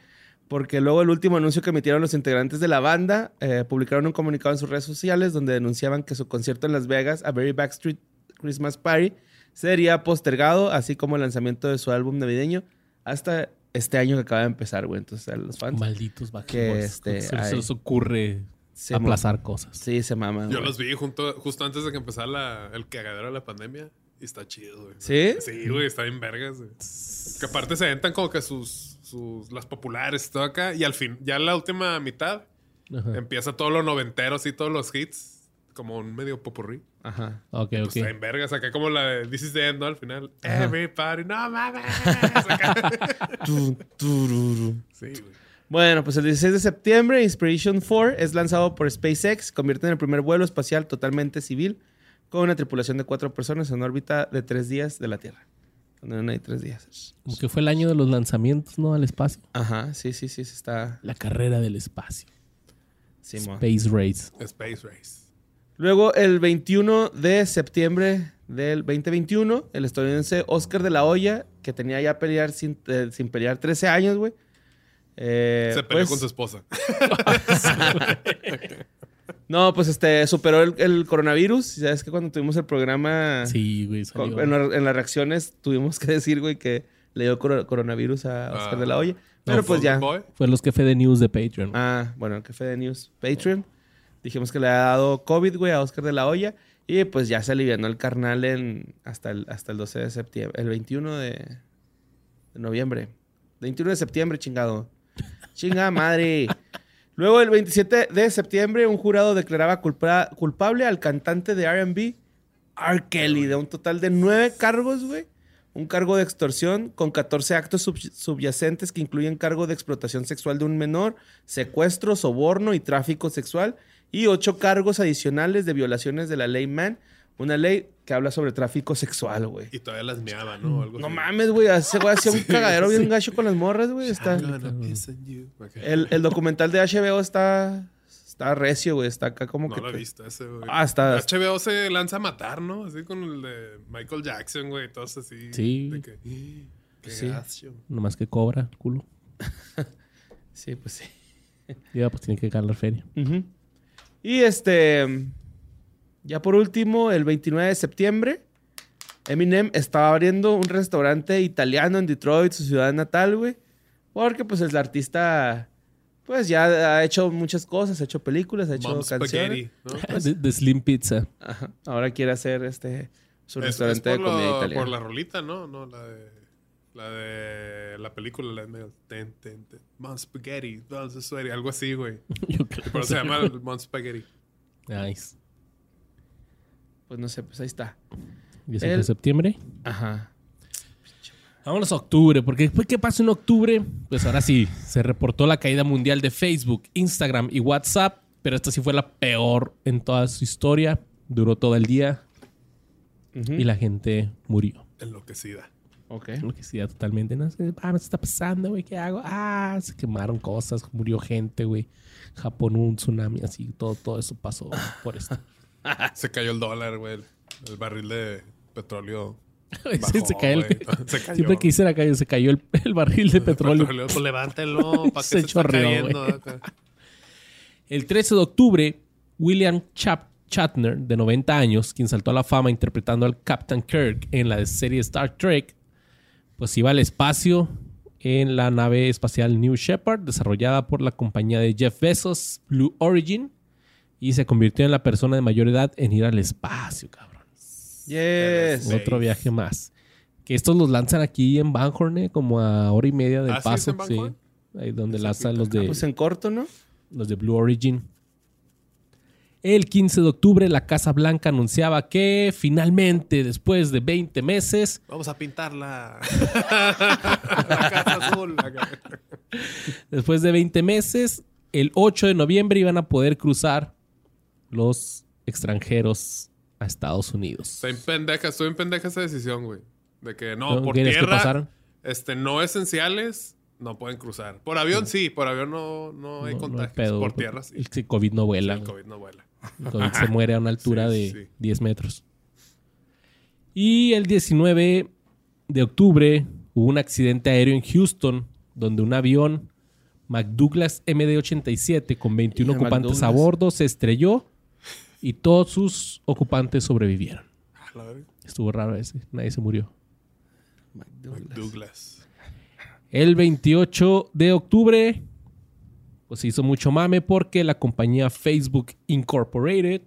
Speaker 2: Porque luego el último anuncio que emitieron los integrantes de la banda, eh, publicaron un comunicado en sus redes sociales donde denunciaban que su concierto en Las Vegas, A Very Backstreet Christmas Party, sería postergado, así como el lanzamiento de su álbum navideño, hasta este año que acaba de empezar, güey. Entonces, a los fans
Speaker 1: Malditos
Speaker 2: Que,
Speaker 1: vaqueros.
Speaker 2: este,
Speaker 1: se,
Speaker 2: ay.
Speaker 1: se les ocurre
Speaker 2: se mo-
Speaker 1: aplazar cosas.
Speaker 2: Sí, se maman.
Speaker 3: Yo
Speaker 2: güey.
Speaker 3: los vi junto, justo antes de que empezara la- el cagadero de la pandemia. Y está chido, güey.
Speaker 2: ¿Sí?
Speaker 3: Sí, güey, está bien vergas, güey. Que aparte se aventan como que sus, sus las populares y todo acá. Y al fin, ya en la última mitad,
Speaker 1: Ajá.
Speaker 3: empieza todo lo noventero, y todos los hits. Como un medio popurrí.
Speaker 2: Ajá.
Speaker 1: Ok,
Speaker 3: Pues
Speaker 1: ok.
Speaker 3: está bien vergas. Acá como la de This is the End, ¿no? Al final. Everybody, no mames. Acá.
Speaker 2: Tu, tururu.
Speaker 3: sí, güey.
Speaker 2: Bueno, pues el 16 de septiembre, Inspiration 4 es lanzado por SpaceX, convierte en el primer vuelo espacial totalmente civil con una tripulación de cuatro personas en órbita de tres días de la Tierra. No, no hay tres días.
Speaker 1: Como que fue el año de los lanzamientos, ¿no? Al espacio.
Speaker 2: Ajá, sí, sí, sí, sí está.
Speaker 1: La carrera del espacio.
Speaker 2: sí, mo.
Speaker 1: Space Race.
Speaker 3: Space Race.
Speaker 2: Luego, el 21 de septiembre del 2021, el estadounidense Oscar de la Hoya, que tenía ya pelear sin, eh, sin pelear 13 años, güey. eh,
Speaker 3: se peleó
Speaker 2: pues,
Speaker 3: con su esposa.
Speaker 2: No, pues este superó el, el coronavirus. Ya es que cuando tuvimos el programa
Speaker 1: Sí, güey.
Speaker 2: Ah. Con-
Speaker 1: salió.
Speaker 2: en, la- en las reacciones tuvimos que decir, güey, que le dio coro- coronavirus a Oscar
Speaker 3: Ah.
Speaker 2: de la Hoya. Pero
Speaker 3: No,
Speaker 2: pues ya.
Speaker 3: Boy.
Speaker 1: Fue los jefes de news de Patreon.
Speaker 2: Ah, bueno, que fue de News Patreon. Dijimos que le ha dado COVID, güey, a Oscar de la Hoya. Y pues ya se alivianó el carnal en, hasta, el, hasta el 12 de septiembre. El 21 de, de noviembre. 21 de septiembre, chingado. Chinga madre. Luego, el 27 de septiembre, un jurado declaraba culpa- culpable al cantante de RB, R. Kelly, de un total de nueve cargos, güey. Un cargo de extorsión con 14 actos sub- subyacentes que incluyen cargo de explotación sexual de un menor, secuestro, soborno y tráfico sexual. Y ocho cargos adicionales de violaciones de la ley Mann, una ley que habla sobre tráfico sexual, güey.
Speaker 3: Y todavía las meaba, ¿no? Algo
Speaker 2: No
Speaker 3: así.
Speaker 2: mames, güey. Ese güey hacía un cagadero bien gacho con las morras, güey. Está...
Speaker 3: I'm gonna piss on you. Ok.
Speaker 2: El, el documental de HBO está, está recio, güey. Está acá como
Speaker 3: no
Speaker 2: que.
Speaker 3: lo he visto ese, güey.
Speaker 2: Ah, está.
Speaker 3: HBO se lanza a matar, ¿no? Así con el de Michael Jackson, güey. Todos así.
Speaker 1: Sí.
Speaker 3: de que, "Ih, qué
Speaker 2: Sí.
Speaker 3: gacho".
Speaker 1: Nomás que cobra, culo.
Speaker 2: Sí, pues sí.
Speaker 1: Ya, pues tiene que ganar feria.
Speaker 2: Ujú. Y este. Ya por último, el 29 de septiembre, Eminem estaba abriendo un restaurante italiano en Detroit, su ciudad natal, güey. Porque pues el artista. Pues ya ha hecho muchas cosas, ha hecho películas, ha hecho
Speaker 3: Mom
Speaker 2: canciones.
Speaker 3: Spaghetti, ¿no?
Speaker 1: De, de Slim Pizza.
Speaker 2: Ajá. Ahora quiere hacer este su
Speaker 3: Es- es
Speaker 2: restaurante de
Speaker 3: por
Speaker 2: comida
Speaker 3: lo-
Speaker 2: italiana.
Speaker 3: Por la rolita, ¿no? No, la de. La de la película, la de ten, ten, ten, Mom Spaghetti, Mom Spaghetti, algo así, güey.
Speaker 1: Yo creo.
Speaker 3: Pero se llama el Mom Spaghetti.
Speaker 1: Nice.
Speaker 2: Pues no sé, pues ahí está.
Speaker 1: 18
Speaker 2: El-
Speaker 1: de septiembre.
Speaker 2: Ajá.
Speaker 1: Vámonos a octubre, porque después que pasó en octubre, pues ahora sí, se reportó la caída mundial de Facebook, Instagram y WhatsApp, pero esta sí fue la peor en toda su historia. Duró todo el día
Speaker 2: Ujú.
Speaker 1: y la gente murió.
Speaker 3: Enloquecida.
Speaker 2: Ok.
Speaker 1: Lo que sí, ya totalmente. ¿no? Es que, Ah, me está pasando, güey. ¿Qué hago? Ah, se quemaron cosas, murió gente, güey. Japón, un tsunami, así. Todo, todo eso pasó por esto.
Speaker 2: Ah.
Speaker 3: Se cayó el dólar, güey. El, el barril de petróleo.
Speaker 1: Sí,
Speaker 3: bajó,
Speaker 1: se cae el-
Speaker 3: güey. Se cayó.
Speaker 1: Siempre que hice la calle, se cayó el, el barril de petróleo.
Speaker 3: Pues levántelo.
Speaker 1: Se
Speaker 3: ¿Para qué se, está
Speaker 1: chorreó,
Speaker 3: cayendo?
Speaker 1: güey.
Speaker 3: acá?
Speaker 1: El 13 de octubre, William Chap Shatner, de 90 años, quien saltó a la fama interpretando al Captain Kirk en la serie Star Trek, pues iba al espacio en la nave espacial New Shepard, desarrollada por la compañía de Jeff Bezos, Blue Origin, y se convirtió en la persona de mayor edad en ir al espacio, cabrón.
Speaker 2: Yes.
Speaker 3: Sí.
Speaker 1: Otro viaje más. Que estos los lanzan aquí en Banghorn, ¿eh? como a hora y media del
Speaker 3: ¿Ah, sí es
Speaker 1: paso.
Speaker 3: en Banghorn?
Speaker 1: sí. Ahí donde lanzan
Speaker 3: Ah,
Speaker 1: los de...
Speaker 2: Pues en corto, ¿no?
Speaker 1: los de Blue Origin. El 15 de octubre la Casa Blanca anunciaba que finalmente, después de 20 meses,
Speaker 3: Vamos a pintarla. la casa azul. acá.
Speaker 1: después de 20 meses, el 8 de noviembre iban a poder cruzar los extranjeros a Estados Unidos.
Speaker 3: Estoy en pendeja, estoy en pendeja esa decisión, güey. De que no,
Speaker 1: ¿No?
Speaker 3: por
Speaker 1: ¿Qué- las que
Speaker 3: tierra,
Speaker 1: pasaron?
Speaker 3: este, no esenciales, no pueden cruzar. Por avión sí, por avión no, no hay
Speaker 1: No- no hay
Speaker 3: contagios.
Speaker 1: pedo,
Speaker 3: por
Speaker 1: porque
Speaker 3: tierra sí.
Speaker 1: El COVID no vuela.
Speaker 3: El
Speaker 1: güey.
Speaker 3: COVID no vuela.
Speaker 1: Entonces, se muere a una altura
Speaker 3: Sí,
Speaker 1: de
Speaker 3: sí.
Speaker 1: 10 metros. Y el 19 de octubre hubo un accidente aéreo en Houston donde un avión McDouglas MD-87 con 21
Speaker 2: Hija,
Speaker 1: ocupantes a
Speaker 2: McDouglas.
Speaker 1: bordo se estrelló y todos sus ocupantes sobrevivieron.
Speaker 3: A la verga.
Speaker 1: Estuvo raro ese, nadie se murió.
Speaker 3: Douglas.
Speaker 1: El 28 de octubre, pues hizo mucho mame porque la compañía Facebook Incorporated,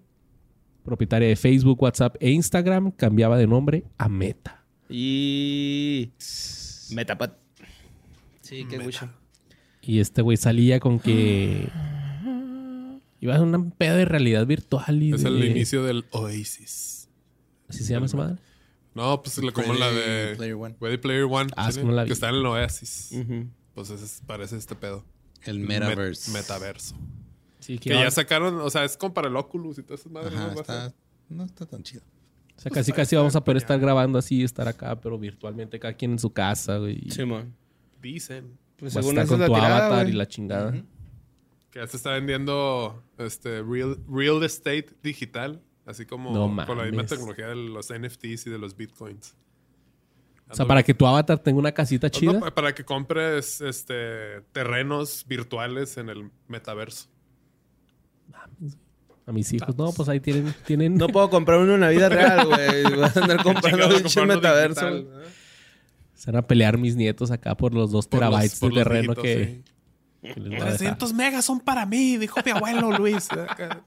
Speaker 1: propietaria de Facebook, WhatsApp e Instagram, cambiaba de nombre a Meta.
Speaker 2: Y. Metapat. Sí, qué gucho.
Speaker 1: Y este güey salía con que iba a ser una pedo de realidad virtual. Y
Speaker 3: Es
Speaker 1: de-
Speaker 3: el inicio del Oasis.
Speaker 1: ¿Así se llama esa madre?
Speaker 3: No, pues la- como la de
Speaker 4: Ready Player One.
Speaker 3: Ready Player One.
Speaker 1: Ah,
Speaker 3: ¿sí?
Speaker 1: sí, no la vi. Mm.
Speaker 3: que está en el Oasis.
Speaker 2: Ujú.
Speaker 3: Pues ese es- parece este pedo.
Speaker 4: El
Speaker 3: Met-
Speaker 4: metaverse.
Speaker 3: metaverso.
Speaker 1: Sí,
Speaker 3: Que ya sacaron, o sea, es como para el Oculus y todas esas madres.
Speaker 4: Ajá,
Speaker 3: ¿no? Va a ser-
Speaker 4: está, no está tan chido.
Speaker 1: O sea, casi casi vamos a poder estar grabando así, estar acá, pero virtualmente cada quien en su casa, güey. y
Speaker 2: Simón.
Speaker 3: Dicen
Speaker 2: Pues
Speaker 1: vas a
Speaker 2: según
Speaker 1: estar
Speaker 2: eso
Speaker 1: con
Speaker 2: es
Speaker 1: tu
Speaker 2: la tirada,
Speaker 1: avatar
Speaker 2: güey.
Speaker 1: y la chingada.
Speaker 3: que ya se está vendiendo este real, real estate digital. Así como
Speaker 1: No
Speaker 3: con la misma
Speaker 1: mames.
Speaker 3: tecnología de los NFTs y de los bitcoins.
Speaker 1: O sea, para que tu avatar tenga una casita
Speaker 3: Pues No,
Speaker 1: chida.
Speaker 3: pa- para que compres este terrenos virtuales en el metaverso.
Speaker 1: A mis hijos, no, pues ahí tienen, tienen
Speaker 2: No puedo comprar uno en la vida real, güey. Vas a andar
Speaker 4: Ah,
Speaker 2: comprando
Speaker 3: Chingado,
Speaker 2: un
Speaker 3: comprarlo
Speaker 2: metaverso.
Speaker 3: digital,
Speaker 2: güey.
Speaker 3: ¿eh?
Speaker 1: Se van a pelear mis nietos acá por los dos
Speaker 3: Por los-
Speaker 1: terabytes
Speaker 3: por
Speaker 1: de
Speaker 3: los
Speaker 1: terreno
Speaker 3: dígitos,
Speaker 1: que,
Speaker 3: sí.
Speaker 1: que les voy a dejar.
Speaker 3: 300 megas son para mí, dijo mi abuelo Luis. Acá.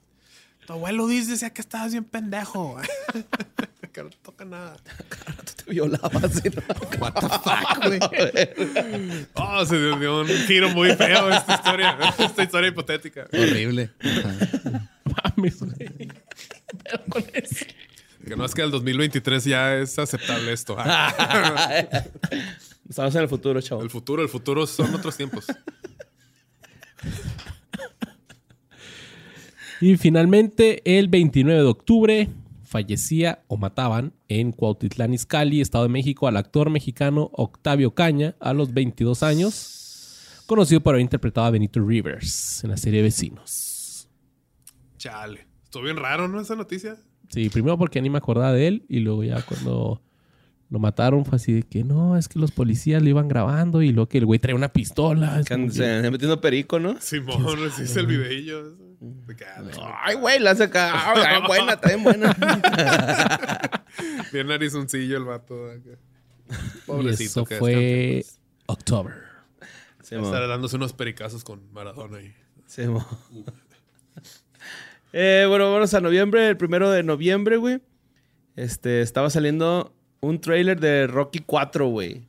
Speaker 3: Tu abuelo Luis decía que estabas bien pendejo. que no toca nada.
Speaker 2: Te violabas.
Speaker 4: What the fuck, güey.
Speaker 3: Oh, se dio- dio un giro muy feo esta historia. Esta historia hipotética.
Speaker 4: Horrible. Ajá.
Speaker 1: Mames, güey. Pero con eso.
Speaker 3: Que no es que el 2023 ya es aceptable esto. Ah,
Speaker 2: Estamos en el futuro, chavo.
Speaker 3: el futuro, el futuro son otros tiempos.
Speaker 1: Y finalmente, el 29 de octubre, fallecía o mataban en Cuautitlán Izcalli, Estado de México, al actor mexicano Octavio Caña, a los 22 años, conocido por haber interpretado a Benito Rivers en la serie Vecinos.
Speaker 3: Chale. Estuvo bien raro, ¿no? Esa noticia.
Speaker 1: Sí, primero porque ni me acordaba de él y luego ya cuando lo mataron fue así de que no, es que los policías lo iban grabando y luego que el güey trae una pistola. Es
Speaker 2: Que
Speaker 1: como
Speaker 2: and-
Speaker 1: que-
Speaker 2: Se anda metiendo perico, ¿no?
Speaker 3: Simón
Speaker 1: Pues,
Speaker 3: nos hizo el videillo. De que, ah,
Speaker 2: Ay, güey, la saca. Ay, ay, buena, está bien buena.
Speaker 3: Bien narizoncillo el vato. acá.
Speaker 1: y
Speaker 3: Pobrecito.
Speaker 1: eso
Speaker 3: que
Speaker 1: fue
Speaker 3: descanse en paz.
Speaker 1: October.
Speaker 3: Estar
Speaker 2: Simón.
Speaker 3: dándose unos pericazos con Maradona ahí.
Speaker 2: Simón. Eh, bueno, vamos a noviembre. El primero de noviembre, güey. Este, estaba saliendo un tráiler de Rocky 4, güey.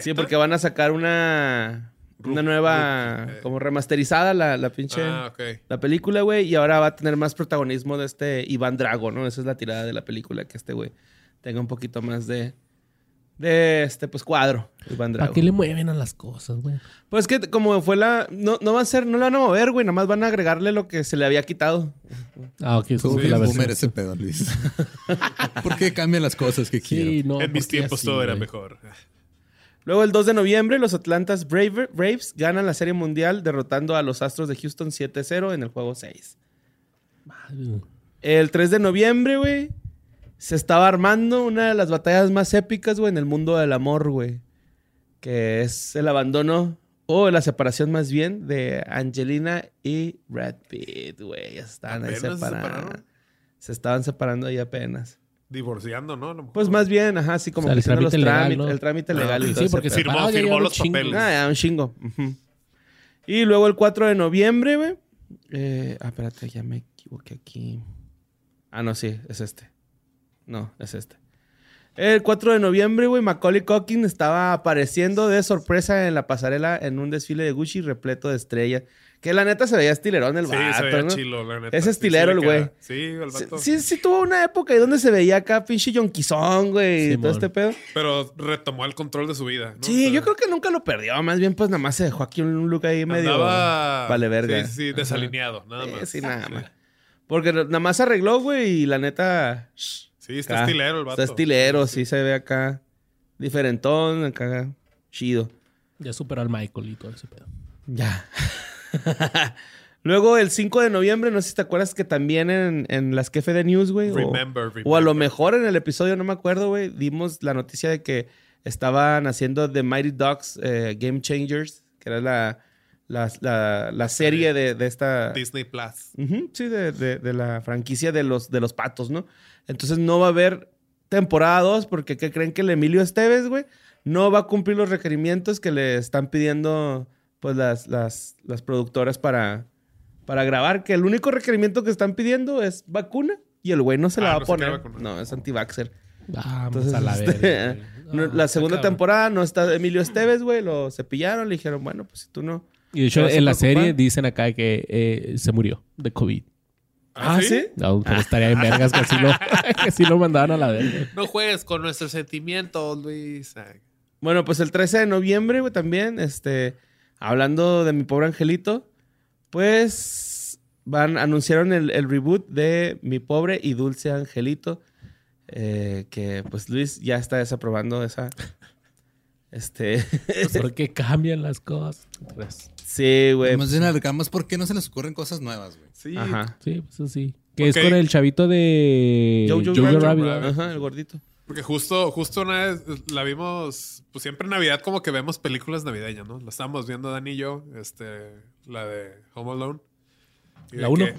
Speaker 2: Sí,
Speaker 3: ¿Neta?
Speaker 2: porque van a sacar una, una
Speaker 3: Ru-
Speaker 2: nueva,
Speaker 3: Ru- eh.
Speaker 2: como remasterizada la, la pinche,
Speaker 3: Ah, ok.
Speaker 2: la película, güey. Y ahora va a tener más protagonismo de este Iván Drago, ¿no? Esa es la tirada de la película, que este güey tenga un poquito más de, de este pues cuadro Iván
Speaker 1: ¿Para
Speaker 2: Drago.
Speaker 1: qué le mueven a las cosas, güey?
Speaker 2: Pues que como fue la no, no va a ser, no la van a mover, güey, nada más van a agregarle lo que se le había quitado.
Speaker 1: Ah, ok. es
Speaker 4: Fue
Speaker 1: como
Speaker 4: un
Speaker 1: que la versión-
Speaker 4: boomer ese pedo, Luis. ¿Por qué cambian las cosas que quiero?
Speaker 1: Sí, no.
Speaker 3: en mis
Speaker 1: porque
Speaker 3: tiempos
Speaker 1: así,
Speaker 3: todo era
Speaker 1: güey.
Speaker 3: mejor. Ah,
Speaker 2: Luego el 2 de noviembre los Atlantas Brave- Braves ganan la Serie Mundial derrotando a los Astros de Houston 7-0 en el juego 6.
Speaker 1: Madre.
Speaker 2: El 3 de noviembre, güey, se estaba armando una de las batallas más épicas, güey, en el mundo del amor, güey. Que es el abandono o la separación más bien de Angelina y Brad Pitt, güey. Ya Estaban ahí
Speaker 3: ¿Apenas se
Speaker 2: separados.
Speaker 3: separaron?
Speaker 2: Se estaban separando ahí apenas.
Speaker 3: Divorciando, ¿no? A lo mejor.
Speaker 2: Pues más bien, ajá, sí,
Speaker 1: O
Speaker 2: como
Speaker 1: sea, el
Speaker 2: que hicieron los
Speaker 1: trámite legal,
Speaker 2: trámites,
Speaker 1: ¿no?
Speaker 2: el trámite
Speaker 3: Ah,
Speaker 2: legal. y
Speaker 3: sí,
Speaker 2: todo ese
Speaker 1: porque
Speaker 2: pedo.
Speaker 1: se
Speaker 3: Firmó-
Speaker 1: paraba, ya
Speaker 3: firmó
Speaker 1: lleva un
Speaker 3: los
Speaker 1: chingo.
Speaker 3: papeles.
Speaker 2: Ah, ya, un chingo. Ujú. Y luego el 4 de noviembre, güey. Eh, ah, espérate, ya me equivoqué aquí. Ah, no, sí, es este. No, es este. El 4 de noviembre, güey, Macaulay Culkin estaba apareciendo de sorpresa en la pasarela en un desfile de Gucci repleto de estrellas. Que la neta se veía estilerón el
Speaker 3: Sí,
Speaker 2: vato,
Speaker 3: se veía
Speaker 2: ¿no?
Speaker 3: chilo, la neta.
Speaker 2: Es
Speaker 3: Sí,
Speaker 2: estilero
Speaker 3: sí le
Speaker 2: el güey.
Speaker 3: queda. Sí, el
Speaker 2: Sí,
Speaker 3: vato.
Speaker 2: sí, sí tuvo una época ahí donde se veía acá pinche yonquizón, güey, y
Speaker 1: Simón.
Speaker 2: todo este pedo.
Speaker 3: Pero retomó el control de su vida. ¿no?
Speaker 2: Sí,
Speaker 3: O sea,
Speaker 2: yo creo que nunca lo perdió. Más bien, pues, nada más se dejó aquí un look ahí medio...
Speaker 3: andaba-
Speaker 2: vale verga.
Speaker 3: Sí, sí,
Speaker 2: Ajá.
Speaker 3: desalineado, nada
Speaker 2: Sí,
Speaker 3: más.
Speaker 2: sí, nada más. Porque nada más se arregló, güey, y la neta. shh,
Speaker 3: Sí, está
Speaker 2: acá.
Speaker 3: estilero el vato.
Speaker 2: Está estilero, sí se ve acá. Diferentón, acá. Chido.
Speaker 1: Ya superó al Michael y todo ese pedo.
Speaker 2: Ya. Luego el 5 de noviembre, no sé si te acuerdas que también en, en las Kefe de News, güey. o-
Speaker 3: Remember,
Speaker 2: O a lo
Speaker 3: remember.
Speaker 2: mejor en el episodio, no me acuerdo, güey, dimos la noticia de que estaban haciendo The Mighty Ducks eh, Game Changers, que era la, la, la- la serie de, de esta.
Speaker 3: Disney Plus.
Speaker 2: Ujú, sí, de, de- de la franquicia de los, de los patos, ¿no? Entonces no va a haber temporada 2 porque ¿qué creen que el Emilio Esteves, güey? No va a cumplir los requerimientos que le están pidiendo pues las, las, las productoras para, para grabar, que el único requerimiento que están pidiendo es vacuna y el güey no se la va
Speaker 3: Ah, no
Speaker 2: a
Speaker 3: se quiere
Speaker 2: poner.
Speaker 3: vacunar.
Speaker 2: No, es antivaxer.
Speaker 1: Vamos
Speaker 2: Entonces,
Speaker 1: a la
Speaker 2: este,
Speaker 1: verga. güey.
Speaker 2: no,
Speaker 1: No,
Speaker 2: la
Speaker 1: está
Speaker 2: segunda
Speaker 1: cabrón.
Speaker 2: temporada no está Emilio Esteves, güey, lo cepillaron, le dijeron, bueno, pues si tú no...
Speaker 1: Y de hecho,
Speaker 2: ¿Te vas a
Speaker 1: en la
Speaker 2: preocupar?
Speaker 1: serie dicen acá que eh, se murió de COVID.
Speaker 2: Ah, ¿sí?
Speaker 1: No, pero estaría en vergas que así lo, que así lo mandaban a la verga.
Speaker 3: No juegues con nuestros sentimientos, Luis. Ay,
Speaker 2: Bueno, pues el 13 de noviembre, güey, también, este, hablando de mi pobre angelito, pues van, anunciaron el, el reboot de Mi pobre y dulce angelito, eh, que pues Luis ya está desaprobando esa, este,
Speaker 1: Pues, ¿Por qué cambian las cosas? Pues, ¿Tú crees?
Speaker 2: sí, güey.
Speaker 4: Más bien alargamos, ¿por qué no se les ocurren cosas nuevas, güey?
Speaker 3: Sí.
Speaker 2: Ajá.
Speaker 1: Sí, pues eso sí. Que
Speaker 3: Ok.
Speaker 1: es con el chavito de
Speaker 2: Jojo
Speaker 1: Jojo,
Speaker 2: Rabbit.
Speaker 1: Rabbit.
Speaker 3: Rabbit.
Speaker 2: Ajá, el gordito.
Speaker 3: Porque justo, justo una vez la vimos, pues siempre en Navidad como que vemos películas navideñas, ¿no? La estábamos viendo Dani y yo, este, la de Home Alone. Y
Speaker 1: ¿La
Speaker 3: de
Speaker 1: uno?
Speaker 3: que-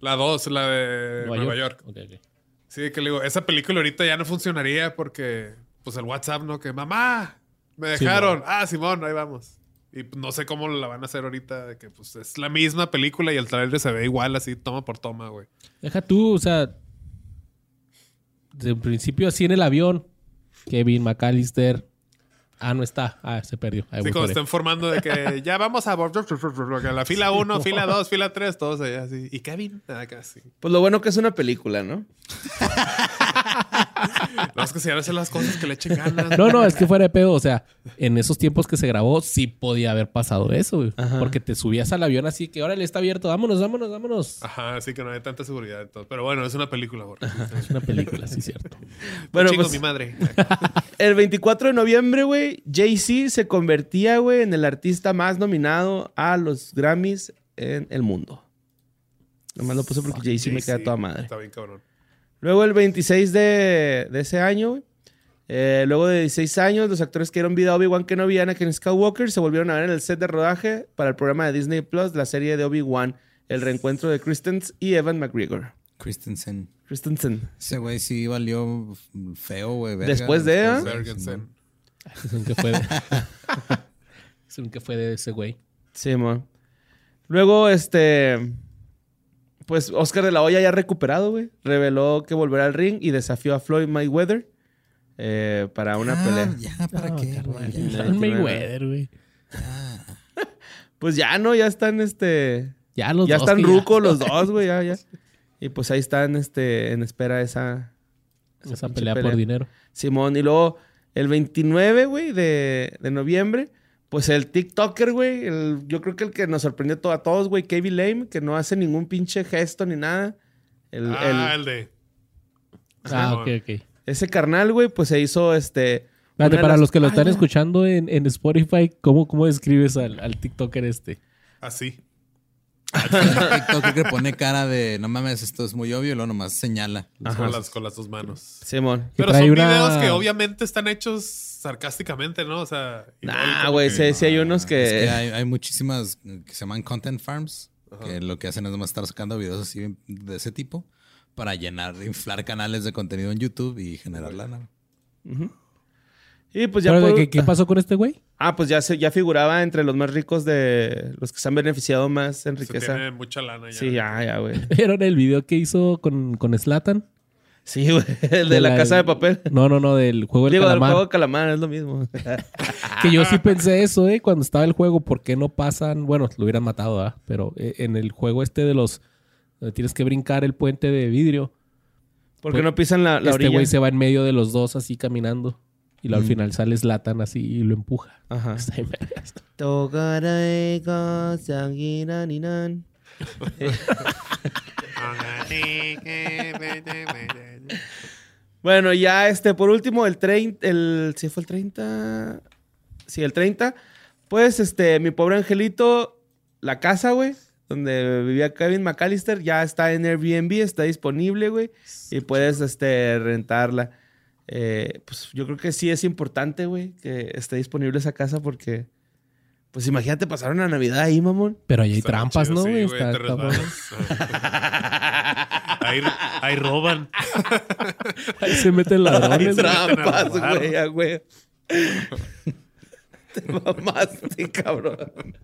Speaker 3: La dos, la de Nueva, York.
Speaker 1: Ok, ok.
Speaker 3: Sí, de que le digo, esa película ahorita ya no funcionaría porque, pues el WhatsApp, ¿no? Que mamá, me dejaron. Ah, Simón, ahí vamos. Y pues, no sé cómo la van a hacer ahorita, de que pues es la misma película y el trailer se ve igual, así, toma por toma, güey.
Speaker 1: Deja tú, o sea. De un principio así en el avión. Kevin McAllister. Ah, no está. Ah, se perdió. Ahí
Speaker 3: Sí,
Speaker 1: voy
Speaker 3: cuando
Speaker 1: por él.
Speaker 3: están formando de que ya vamos a a la fila 1, fila 2, fila 3, todos allá así. Y Kevin, acá sí.
Speaker 2: Pues lo bueno que es una película, ¿no?
Speaker 3: No es que si ahora son las cosas que le echen ganas.
Speaker 1: No, no, es que fuera de pedo. O sea, en esos tiempos que se grabó, sí podía haber pasado eso, güey.
Speaker 2: Ajá.
Speaker 1: Porque te subías al avión así que, órale, está abierto. Vámonos, vámonos, vámonos.
Speaker 3: Ajá, así que no hay tanta seguridad. Entonces. Pero bueno, es una película, por
Speaker 1: Es una película, sí, cierto.
Speaker 2: Bueno,
Speaker 3: chingo
Speaker 2: pues-
Speaker 3: mi madre.
Speaker 2: El 24 de noviembre, güey, Jay-Z se convertía, güey, en el artista más nominado a los Grammys en el mundo. Nomás lo puse porque Jay-Z me queda
Speaker 3: Sí,
Speaker 2: toda madre.
Speaker 3: Está bien, cabrón.
Speaker 2: Luego el 26 de, de ese año, güey, eh, luego de 16 años, los actores que dieron vida a Obi-Wan Kenobi y Anakin Skywalker se volvieron a ver en el set de rodaje para el programa de Disney Plus, la serie de Obi-Wan, el reencuentro de Christensen y Evan McGregor.
Speaker 4: Christensen.
Speaker 2: Christensen.
Speaker 4: Ese güey sí valió feo, güey. verga.
Speaker 2: Después de, ¿ah?
Speaker 3: Bergensen.
Speaker 1: Es un que fue de... es un que fue de ese güey.
Speaker 2: Sí, man. Luego, este. Pues Oscar de la Hoya ya recuperado, güey. Reveló que volverá al ring y desafió a Floyd Mayweather eh, para una
Speaker 4: Ah,
Speaker 2: pelea.
Speaker 4: Ya, ¿para
Speaker 1: No,
Speaker 4: qué,
Speaker 1: carnal,
Speaker 4: güey?
Speaker 1: ya.
Speaker 4: Ya.
Speaker 1: Un Mayweather, güey.
Speaker 2: Pues ya no, ya están, este.
Speaker 1: Ya los
Speaker 2: ya
Speaker 1: dos
Speaker 2: están
Speaker 1: que
Speaker 2: rucos los dos, güey, ya, ya. Y pues ahí están, este, en espera esa.
Speaker 1: Esa
Speaker 2: pinche
Speaker 1: pelea por dinero.
Speaker 2: Simón, y luego El 29, güey, de, de noviembre, pues el TikToker, güey, el- yo creo que el que nos sorprendió to- a todos, güey, Kevin Lame, que no hace ningún pinche gesto ni nada. El,
Speaker 3: ah,
Speaker 2: el-
Speaker 3: el de.
Speaker 1: Ah,
Speaker 3: Simón.
Speaker 1: ok, ok.
Speaker 2: ese carnal, güey, pues se hizo este. una
Speaker 1: Espérate,
Speaker 2: de
Speaker 1: para
Speaker 2: las-
Speaker 1: los que lo están
Speaker 2: Ay, güey.
Speaker 1: escuchando en, en Spotify, ¿cómo, cómo describes al, al TikToker este?
Speaker 3: Así.
Speaker 4: TikTok que pone cara de no mames, esto es muy obvio y luego nomás señala.
Speaker 3: Con las, con las dos manos.
Speaker 2: Simón.
Speaker 1: Que
Speaker 3: Pero
Speaker 1: trae
Speaker 3: son
Speaker 1: una-
Speaker 3: videos que obviamente están hechos sarcásticamente, ¿no? O sea. igual
Speaker 2: Nah,
Speaker 3: como
Speaker 2: güey,
Speaker 3: que-
Speaker 2: sí, sí hay unos que.
Speaker 4: Ah, Es que hay, hay muchísimas que se llaman content farms, que lo que hacen es nomás estar sacando videos así de ese tipo para llenar, inflar canales de contenido en YouTube y generar lana.
Speaker 2: Y pues ya.
Speaker 1: Pero,
Speaker 2: por-
Speaker 1: ¿qué, qué pasó con este güey?
Speaker 2: Ah, pues ya, se, ya figuraba entre los más ricos de los que se han beneficiado más en
Speaker 3: se
Speaker 2: riqueza.
Speaker 3: tiene mucha lana ya.
Speaker 2: Sí, ya, ya, güey.
Speaker 1: ¿Vieron el video que hizo con, con Slatan?
Speaker 2: Sí, güey. El de, la, casa de papel.
Speaker 1: No, no, no, del juego del
Speaker 2: Digo, del
Speaker 1: calamar.
Speaker 2: juego de calamar, es lo mismo.
Speaker 1: Que yo sí pensé eso, ¿eh? Cuando estaba el juego, ¿por qué no pasan? Bueno, lo hubieran matado, ¿ah? Pero eh, en el juego este de los... Donde tienes que brincar el puente de vidrio.
Speaker 2: Porque no pisan la, la
Speaker 1: este
Speaker 2: orilla.
Speaker 1: güey se va en medio de los dos así caminando. Y luego al
Speaker 4: Mm.
Speaker 1: final sale Slatan así y lo empuja.
Speaker 2: Ajá.
Speaker 1: Está bien vergas.
Speaker 2: Bueno, ya este, por último, el 30, el, sí fue el 30, sí, el 30, pues este, mi pobre angelito, la casa, güey, donde vivía Kevin McAllister, ya está en Airbnb, está disponible, güey, y puedes, este, rentarla. Eh, pues yo creo que sí es importante, güey, que esté disponible esa casa porque, pues imagínate, pasar una Navidad ahí, mamón.
Speaker 1: Pero ahí hay
Speaker 3: Está
Speaker 1: trampas,
Speaker 3: chido,
Speaker 1: ¿no?
Speaker 3: sí,
Speaker 1: güey?
Speaker 3: güey,
Speaker 1: Está-
Speaker 3: te
Speaker 1: está bueno.
Speaker 3: resbalas. ahí, ahí roban.
Speaker 1: Ahí se meten
Speaker 2: Hay
Speaker 1: ladrones. güey.
Speaker 2: trampas,
Speaker 3: Te robaron.
Speaker 2: güey, a güey. Te mamaste, cabrón.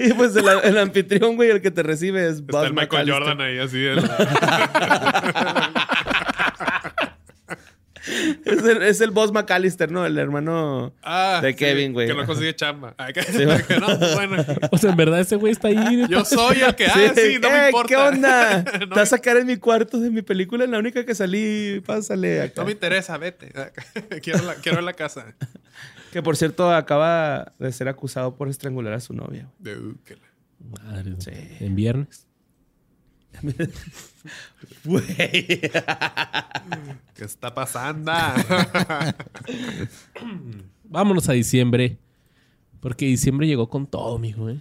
Speaker 2: Y pues el, el anfitrión, güey, el que te recibe es
Speaker 3: Está
Speaker 2: Buzz
Speaker 3: el Michael
Speaker 2: McAllister.
Speaker 3: Jordan ahí así. el-
Speaker 2: Es el, es el Boss McAllister, ¿no? El hermano.
Speaker 3: Ah,
Speaker 2: De
Speaker 3: sí,
Speaker 2: Kevin, güey.
Speaker 3: Que no
Speaker 2: Ajá.
Speaker 3: consigue chamba. Ay, que-
Speaker 2: va.
Speaker 3: que no, bueno,
Speaker 1: O sea, en verdad ese güey está ahí.
Speaker 3: yo soy el que. Ah, sí, no
Speaker 2: "Eh,
Speaker 3: me importa.
Speaker 2: ¿Qué onda?
Speaker 3: No
Speaker 2: Te
Speaker 3: me-
Speaker 2: vas a sacar en mi cuarto de mi película, la única que salí. Pásale acá.
Speaker 3: No me interesa, vete. Quiero la, quiero la casa.
Speaker 2: Que por cierto, acaba de ser acusado por estrangular a su novia. güey.
Speaker 3: De- uh, que la-
Speaker 1: Madre, En viernes.
Speaker 3: ¿Qué está pasando?
Speaker 1: Vámonos a diciembre. Porque diciembre llegó con todo, mijo, ¿eh?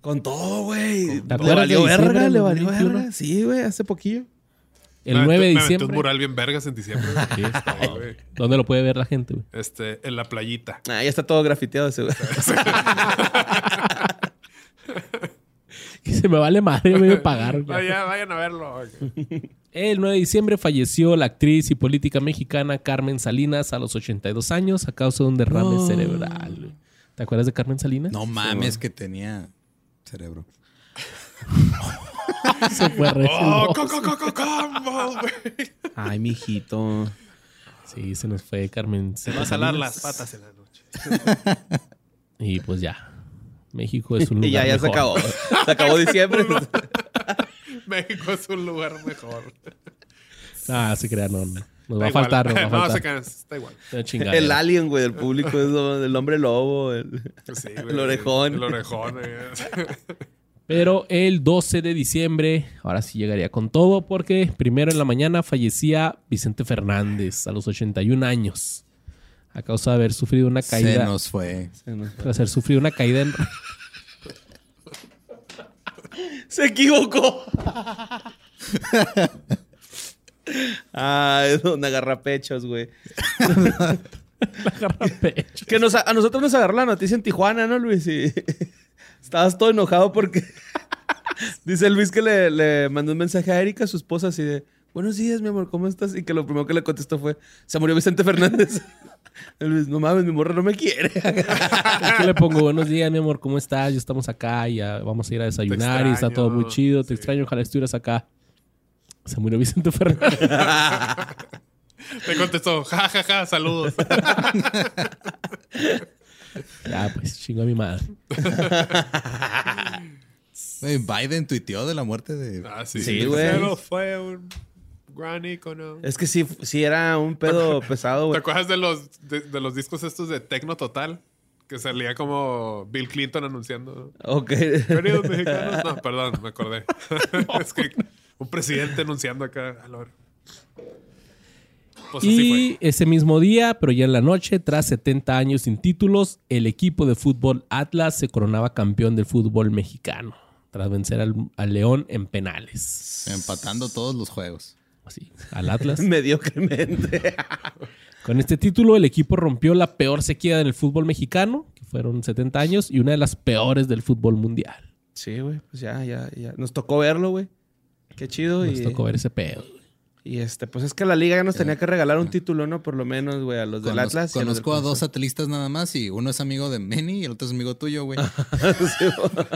Speaker 2: Con todo, güey.
Speaker 1: ¿Te
Speaker 2: Le
Speaker 1: acuerdas
Speaker 2: valió
Speaker 1: de diciembre
Speaker 2: verga,
Speaker 1: del
Speaker 2: le valió
Speaker 1: 2021?
Speaker 2: verga. Sí, güey, hace poquillo.
Speaker 1: El
Speaker 3: Me aventé-
Speaker 1: 9 de
Speaker 3: me aventé un
Speaker 1: diciembre.
Speaker 3: mural bien vergas en diciembre. güey.
Speaker 1: Sí, es
Speaker 3: Ay, güey.
Speaker 1: ¿Dónde lo puede ver la gente, güey?
Speaker 3: Este, en la playita.
Speaker 2: Ah, ya está todo grafiteado ese, güey.
Speaker 1: Que se me vale madre, me voy a pagar. güey.
Speaker 3: Vayan, vayan a verlo. güey.
Speaker 1: El 9 de diciembre falleció la actriz y política mexicana Carmen Salinas a los 82 años a causa de un derrame
Speaker 4: No.
Speaker 1: cerebral. güey. ¿Te acuerdas de Carmen Salinas?
Speaker 4: No mames que tenía cerebro.
Speaker 1: Se fue re
Speaker 3: Oh,
Speaker 1: celoso.
Speaker 3: co- co- co- co- combo, güey.
Speaker 2: Ay, mijito.
Speaker 1: Sí, se nos fue Carmen
Speaker 3: Se va a
Speaker 1: Salinas.
Speaker 3: salar las patas en la noche.
Speaker 1: Y pues ya. México es un lugar
Speaker 2: Y ya, ya se
Speaker 1: mejor.
Speaker 2: acabó. Se acabó diciembre.
Speaker 3: México es un lugar mejor.
Speaker 1: Ah, se crea, no, no. Nos va
Speaker 3: Da
Speaker 1: a faltar, nos
Speaker 3: igual.
Speaker 1: va a
Speaker 3: No,
Speaker 1: faltar.
Speaker 3: se cansa. Está igual.
Speaker 1: Una chingadera.
Speaker 2: el alien, güey, del público. Es lo- el hombre lobo. el-
Speaker 3: Sí, güey.
Speaker 2: El orejón.
Speaker 3: El orejón. güey.
Speaker 1: Pero el 12 de diciembre, ahora sí llegaría con todo, porque primero en la mañana fallecía Vicente Fernández a los 81 años, a causa de haber sufrido una
Speaker 4: Se
Speaker 1: caída.
Speaker 4: nos fue.
Speaker 1: Tras haber sufrido una caída en.
Speaker 2: Se equivocó. Ay, don agarrapechos, güey.
Speaker 1: Garrapecho.
Speaker 2: Que nos, a nosotros nos agarró la noticia en Tijuana, ¿no, Luis? Y estabas todo enojado porque... Dice Luis que le, le mandó un mensaje a Erika, su esposa, así de... Buenos días, mi amor, ¿cómo estás? Y que lo primero que le contestó fue... Se murió Vicente Fernández. Y Luis, no mames, mi morra no me quiere.
Speaker 1: Es que le pongo buenos días, mi amor, ¿cómo estás? Ya estamos acá, ya vamos a ir a desayunar y está
Speaker 3: extraño,
Speaker 1: todo muy chido. Te
Speaker 3: sí.
Speaker 1: extraño, ojalá estuvieras acá. Se murió Vicente Fernández.
Speaker 3: Te contestó, ja, ja, ja, saludos.
Speaker 1: ya, pues chingo a mi madre.
Speaker 4: Güey, Biden tuiteó de la muerte de.
Speaker 3: Ah, sí.
Speaker 2: Sí, güey.
Speaker 3: Pero fue un Gran icono.
Speaker 2: Es que sí, sí era un pedo pesado,
Speaker 3: ¿Te
Speaker 2: güey.
Speaker 3: acuerdas de los, de, de los discos estos de Tecno Total? Que salía como Bill Clinton anunciando.
Speaker 2: Ok.
Speaker 3: Bienvenidos mexicanos. No, perdón, me acordé. es que un presidente anunciando acá. a la hora. Pues así
Speaker 1: y ese mismo día, pero ya en la noche, tras 70 años sin títulos, el equipo de fútbol Atlas se coronaba campeón del fútbol mexicano, tras vencer al, al León en penales.
Speaker 4: Empatando todos los juegos.
Speaker 1: Así, al Atlas.
Speaker 2: Mediocremente.
Speaker 1: Con este título, el equipo rompió la peor sequía del fútbol mexicano, que fueron 70 años, y una de las peores del fútbol mundial.
Speaker 2: Sí, güey. Pues ya, ya, ya. Nos tocó verlo, güey. Qué chido.
Speaker 1: Nos
Speaker 2: y,
Speaker 1: tocó ver ese pedo.
Speaker 2: y este, pues es que la liga ya nos tenía que regalar un título, ¿no? Por lo menos, güey, a los del
Speaker 4: Conoz-
Speaker 2: Atlas. y los del
Speaker 4: conozco a
Speaker 2: Cruz
Speaker 4: dos atlistas nada más y uno es amigo de Manny y el otro es amigo tuyo, güey.
Speaker 2: Azul. Sí, güey.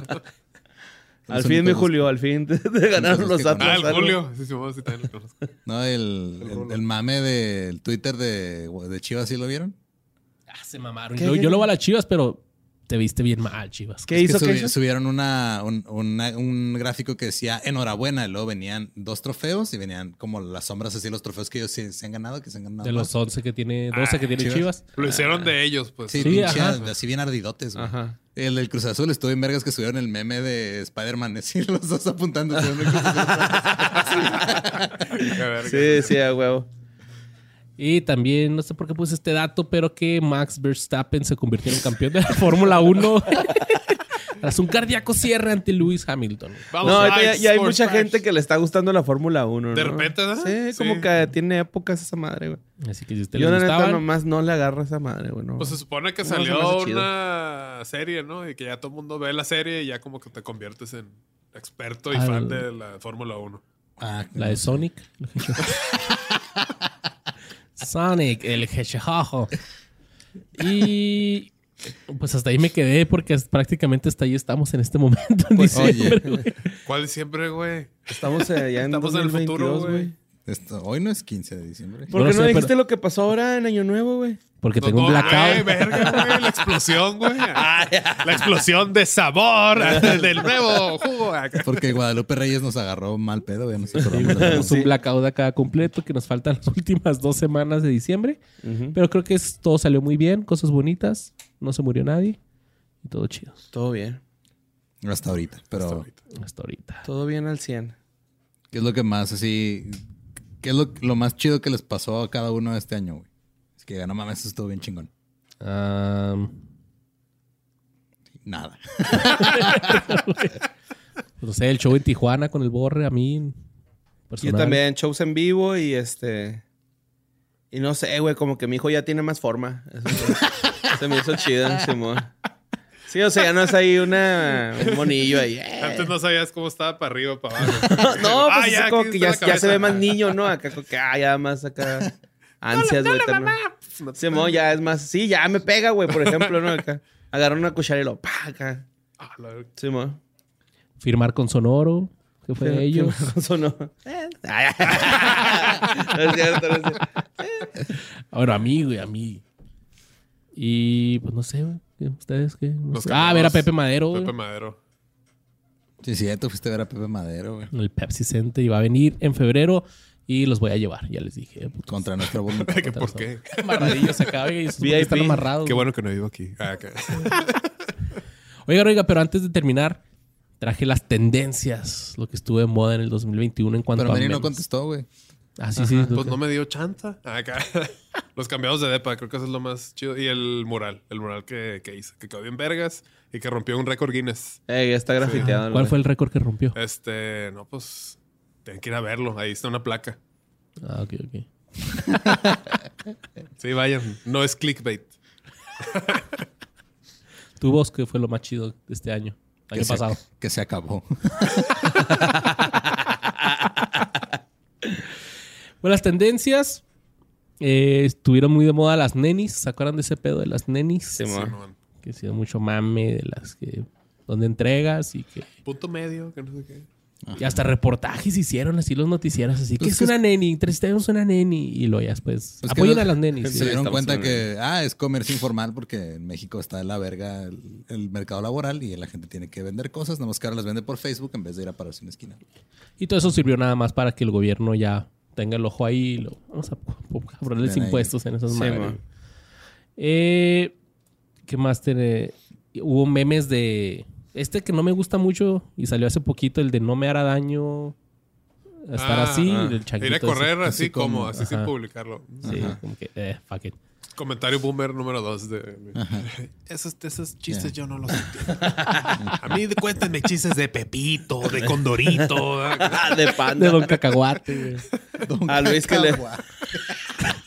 Speaker 2: al fin, mi
Speaker 4: únicos-
Speaker 2: Julio, al fin te, te ganaron
Speaker 4: los
Speaker 2: los
Speaker 4: que-
Speaker 3: fue. Ah,
Speaker 2: Atlas.
Speaker 3: el
Speaker 2: algo.
Speaker 3: Julio. Sí, sí, vamos, sí, también lo conozco.
Speaker 4: No, el, el, el mame del Twitter de, de Chivas, ¿sí lo vieron?
Speaker 1: Ah, se mamaron.
Speaker 2: ¿Qué,
Speaker 1: Yo,
Speaker 2: qué,
Speaker 1: yo lo
Speaker 2: qué?
Speaker 1: voy a las chivas, pero te viste bien mal, chivas.
Speaker 2: ¿Qué
Speaker 4: Es que
Speaker 2: hizo? ¿Qué
Speaker 4: subi-
Speaker 2: hizo?
Speaker 4: Subieron una, un, una- un gráfico que decía enhorabuena, y luego venían dos trofeos y venían como las sombras así, los trofeos que ellos sí- se han ganado, que se han ganado.
Speaker 1: De
Speaker 4: más.
Speaker 1: los 11 que tiene,
Speaker 2: Ah,
Speaker 1: 12 que tiene chivas.
Speaker 4: Chivas.
Speaker 3: Lo hicieron de ellos, pues.
Speaker 4: Sí,
Speaker 1: Sí,
Speaker 4: pinche,
Speaker 1: ajá.
Speaker 4: así bien ardidotes, güey.
Speaker 2: Ajá.
Speaker 4: El del Cruz Azul estuvo en vergas que subieron el meme de Spider-Man, así los dos apuntando. tirando el Cruz Azul.
Speaker 3: Qué verga.
Speaker 2: Sí, sí, a huevo.
Speaker 1: Y también, no sé por qué puse este dato, pero que Max Verstappen se convirtió en campeón de la Fórmula 1 tras un cardíaco cierre ante Lewis Hamilton.
Speaker 3: Vamos
Speaker 2: No,
Speaker 3: a
Speaker 2: ahorita ya, ya hay
Speaker 3: Sports
Speaker 2: mucha
Speaker 3: Bash.
Speaker 2: gente que le está gustando la Fórmula 1, ¿no?
Speaker 3: De repente, ¿verdad?
Speaker 2: Sí, como
Speaker 3: Sí.
Speaker 2: que tiene épocas esa madre, güey.
Speaker 1: Así que si a usted
Speaker 2: Yo
Speaker 1: le
Speaker 2: la neta
Speaker 1: gustaban,
Speaker 2: nomás no le agarro esa madre, güey. no.
Speaker 3: Pues se supone que
Speaker 2: No, se me
Speaker 3: salió
Speaker 2: hace chido.
Speaker 3: una serie, ¿no? Y que ya todo el mundo ve la serie y ya como que te conviertes en experto y
Speaker 1: Ah,
Speaker 3: fan
Speaker 1: el-
Speaker 3: de la Fórmula 1.
Speaker 4: Ah,
Speaker 1: la de Sonic. el Hedgehog. Sonic, el hedgehog. Y pues hasta ahí me quedé porque es- prácticamente hasta ahí estamos en este momento. en diciembre,
Speaker 4: oye.
Speaker 1: güey.
Speaker 3: ¿Cuál siempre, güey?
Speaker 2: Estamos eh, ya en
Speaker 3: Estamos en el futuro,
Speaker 2: 2022, güey.
Speaker 3: güey.
Speaker 4: esto- hoy no es 15 de diciembre.
Speaker 1: Por-
Speaker 2: ¿Por
Speaker 1: No lo
Speaker 2: qué no,
Speaker 1: sé, pero-
Speaker 2: dijiste lo que pasó ahora en Año Nuevo, güey?
Speaker 1: Porque
Speaker 3: No,
Speaker 1: tengo
Speaker 3: no, eh,
Speaker 1: un
Speaker 3: güey,
Speaker 1: blackout.
Speaker 3: verga, güey, la explosión, güey. La explosión de sabor del nuevo jugo.
Speaker 4: Porque Guadalupe Reyes nos agarró mal pedo, ya nos acordamos de la-
Speaker 1: Tenemos un blackout acá completo que nos faltan las últimas dos semanas de diciembre. Pero creo que es- todo salió muy bien, cosas bonitas, no se murió nadie y todo chido
Speaker 2: Todo bien.
Speaker 4: Hasta ahorita, pero...
Speaker 1: hasta ahorita.
Speaker 2: Todo bien al 100.
Speaker 4: ¿Qué es lo que más así? ¿Qué es lo, lo más chido que les pasó a cada uno este año, güey? Es que no mames, eso estuvo bien chingón.
Speaker 1: Am,
Speaker 4: Nada.
Speaker 1: pues no sé, el show en Tijuana con el Borre, a mí. personal.
Speaker 2: Yo también, shows en vivo y este. Y no sé, güey, como que mi hijo ya tiene más forma. Eso se- se me hizo chido, Simón. Sí, o sea, ya no es ahí una, un monillo ahí. eh.
Speaker 3: Antes no sabías cómo estaba para arriba, para abajo.
Speaker 2: No, pues
Speaker 3: Ah,
Speaker 2: es
Speaker 3: ya,
Speaker 2: como
Speaker 3: aquí
Speaker 2: que ya,
Speaker 3: está la
Speaker 2: ya se ve
Speaker 3: cabeza.
Speaker 2: más niño, ¿no? Acá, como que, ah, ya más acá. Ansias, güey. eterno. Simón, ya es más. Sí, ya me pega, güey, por ejemplo, ¿no? Acá. Agarrar una cuchara y lo, pa, acá.
Speaker 3: Ah, la verga.
Speaker 2: Simón.
Speaker 1: Firmar con Sonoro, que fue de ellos.
Speaker 2: Sonó. Eh. No es cierto, no es cierto.
Speaker 1: Ahora Ah, a mí, güey, a mí. Y pues no sé, güey. ¿qué- ¿Ustedes qué? No
Speaker 3: Los
Speaker 1: sé. Ah, a ver a
Speaker 3: Canoas.
Speaker 1: Pepe Madero. güey.
Speaker 3: Pepe Madero.
Speaker 4: Sí, sí, tú fuiste a ver a Pepe Madero, güey.
Speaker 1: En el Pepsi Center y va a venir en febrero y los voy a llevar, ya les dije. eh, putos
Speaker 4: Contra nuestra voluntad.
Speaker 3: ¿Qué, ¿Por qué?
Speaker 1: Amarradillos acá, oiga, y esos porque están
Speaker 2: VIP.
Speaker 1: amarrados.
Speaker 3: Qué bueno que no vivo aquí. Ah, acá.
Speaker 1: Oiga, oiga, pero antes de terminar, traje las tendencias, lo que estuvo de moda en el 2021 en cuanto
Speaker 4: Pero
Speaker 1: a
Speaker 4: Mary no
Speaker 1: memes.
Speaker 4: contestó, güey.
Speaker 1: Ah, sí, sí.
Speaker 3: Pues no me dio chanta. Ah, Acá. Los cambiados de depa, creo que eso es lo más chido. Y el mural, el mural que, que hice, que quedó bien vergas y que rompió un récord Guinness.
Speaker 2: Eh, ya está grafiteado.
Speaker 1: ¿Cuál
Speaker 2: güey.
Speaker 1: fue el récord que rompió?
Speaker 3: Este, no, pues, tienen que ir a verlo. Ahí está una placa.
Speaker 1: Ah, ok, ok.
Speaker 3: Sí, vayan. No es clickbait.
Speaker 1: Tu voz que fue lo más chido de este año, año
Speaker 4: se-
Speaker 1: pasado.
Speaker 4: que se acabó.
Speaker 1: Bueno, las tendencias eh, estuvieron muy de moda las nenis. ¿Se acuerdan de ese pedo de las nenis?
Speaker 2: Simón.
Speaker 3: Simón.
Speaker 1: que ha sido mucho mame de las que donde entregas y que
Speaker 3: Punto medio, que no sé qué.
Speaker 1: y hasta reportajes hicieron así los noticieros así
Speaker 4: Pues
Speaker 1: que es
Speaker 4: que es-
Speaker 1: una neni necesitamos una neni y lo ya después
Speaker 4: Pues que
Speaker 1: apoyen
Speaker 4: no-
Speaker 1: a las nenis
Speaker 4: Se
Speaker 1: sí.
Speaker 4: dieron
Speaker 2: estamos
Speaker 4: cuenta
Speaker 2: en-
Speaker 4: que, ah, es comercio informal porque en México está de la verga el, el mercado laboral y la gente tiene que vender cosas, nomás que ahora las vende por Facebook en vez de ir a pararse en una esquina.
Speaker 1: Y todo eso sirvió nada más para que el gobierno ya tenga el ojo ahí. y Lo, vamos a po- cobrarles
Speaker 4: Ven ahí.
Speaker 1: impuestos en esas
Speaker 2: Sí,
Speaker 1: madres.
Speaker 2: man.
Speaker 1: Eh, ¿Qué más tiene? Hubo memes de. Este que no me gusta mucho y salió hace poquito, el de no me hará daño estar
Speaker 3: Ah,
Speaker 1: así.
Speaker 2: ah.
Speaker 1: y del changuito
Speaker 3: Ir a
Speaker 1: ese.
Speaker 3: correr así,
Speaker 4: así
Speaker 3: como,
Speaker 4: como,
Speaker 3: así sin
Speaker 1: ajá.
Speaker 3: publicarlo.
Speaker 1: Sí,
Speaker 4: Ajá.
Speaker 1: como que, eh, fuck it.
Speaker 3: Comentario boomer número dos de...
Speaker 4: Ajá.
Speaker 3: Esos, esos chistes yo no los entiendo. A mí cuéntenme chistes de Pepito, de Condorito.
Speaker 2: Ah, de
Speaker 1: De
Speaker 2: panda.
Speaker 1: Don Cacahuate. güey.
Speaker 4: Don
Speaker 2: A Luis que le-
Speaker 4: Cacahuate.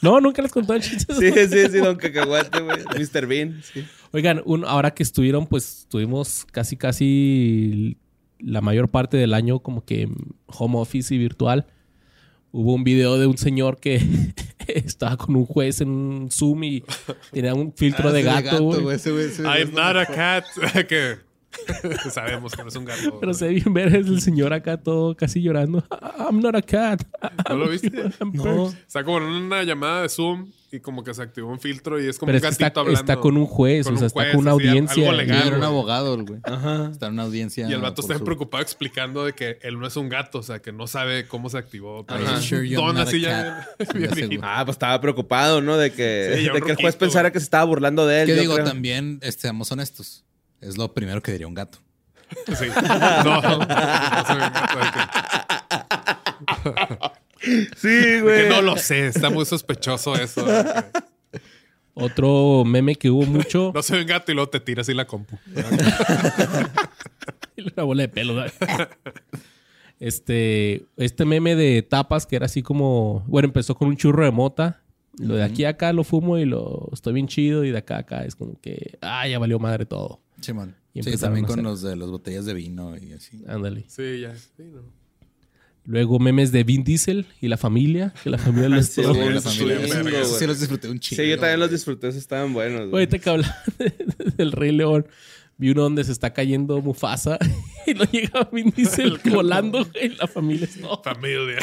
Speaker 1: No, nunca les contaron chistes.
Speaker 2: Sí, sí, sí, don Cacahuate, güey. Mr. Bean. Sí.
Speaker 1: Oigan, un- ahora que estuvieron, pues tuvimos casi, casi la mayor parte del año como que en home office y virtual. Hubo un video de un señor que estaba con un juez en un Zoom y tenía un filtro
Speaker 4: Ah,
Speaker 1: de
Speaker 4: ese
Speaker 1: gato, güey.
Speaker 4: ese ese
Speaker 1: Ah.
Speaker 3: I'm
Speaker 4: ese-
Speaker 3: not a cat. que sabemos que no es un gato.
Speaker 1: Pero se ve bien ver es el señor acá todo casi llorando. I'm not a cat.
Speaker 3: ¿No lo viste?
Speaker 1: I'm
Speaker 4: No.
Speaker 1: first.
Speaker 3: Está como en una llamada de Zoom y como que se activó un filtro y es como
Speaker 1: Pero
Speaker 3: un
Speaker 1: es que
Speaker 3: gatito
Speaker 1: está,
Speaker 3: hablando.
Speaker 1: está con un juez,
Speaker 3: Con
Speaker 1: o sea,
Speaker 3: un
Speaker 1: está
Speaker 3: juez,
Speaker 1: con una
Speaker 3: así, algo
Speaker 1: audiencia.
Speaker 3: legal.
Speaker 4: Sí, era un
Speaker 3: güey.
Speaker 4: abogado, el güey.
Speaker 2: Ajá.
Speaker 4: Está en una audiencia.
Speaker 3: Y el vato está
Speaker 4: por
Speaker 3: bien
Speaker 4: su-
Speaker 3: preocupado explicando de que él no es un gato, o sea, que no sabe cómo se activó. Pero
Speaker 2: Ajá.
Speaker 3: es un
Speaker 4: Sure you're
Speaker 3: don
Speaker 4: not a
Speaker 3: así ya.
Speaker 4: cat.
Speaker 3: bien
Speaker 4: Ya sé,
Speaker 3: viejito.
Speaker 2: Ah, pues estaba preocupado, ¿no? De que,
Speaker 3: Sí, ya un
Speaker 2: de que el juez
Speaker 3: ruquito,
Speaker 2: pensara
Speaker 3: güey.
Speaker 2: que se estaba burlando de él.
Speaker 4: Que
Speaker 2: yo
Speaker 4: digo,
Speaker 2: creo.
Speaker 4: también, este, seamos honestos. Es lo primero que diría un gato.
Speaker 3: Sí. No, no, soy un gato, de que-
Speaker 2: Sí,
Speaker 3: de que
Speaker 2: güey.
Speaker 3: no lo sé, está muy sospechoso eso. de que
Speaker 1: Otro meme que hubo mucho.
Speaker 3: No soy un gato y luego te tiras y la compu. Ah,
Speaker 1: Una bola de pelo. ¿no? Este, este meme de tapas que era así como, bueno, empezó con un churro de mota. Lo de aquí a acá lo fumo y lo estoy bien chido y de acá a acá es como que, ah, ya valió madre todo.
Speaker 4: Simón.
Speaker 1: Y
Speaker 4: Sí,
Speaker 1: empezaron
Speaker 4: también
Speaker 1: a
Speaker 4: con
Speaker 1: hacer-
Speaker 4: los de las botellas de vino y así.
Speaker 1: Ándale.
Speaker 3: Sí, ya. Sí, no.
Speaker 1: Luego memes de Vin Diesel y la familia, que la familia lo
Speaker 2: Sí,
Speaker 1: estuvo-
Speaker 2: güey,
Speaker 4: Con la
Speaker 2: sí,
Speaker 4: familia.
Speaker 2: sí,
Speaker 4: Esos-
Speaker 2: güey.
Speaker 4: esos sí los disfruté un chingo.
Speaker 2: Sí, yo también los
Speaker 4: güey.
Speaker 2: disfruté, esos estaban buenos. güey.
Speaker 1: Ahorita que hablan del Rey León, vi uno donde se está cayendo Mufasa y lo llega Vin Diesel volando y la familia es no.
Speaker 3: Familia.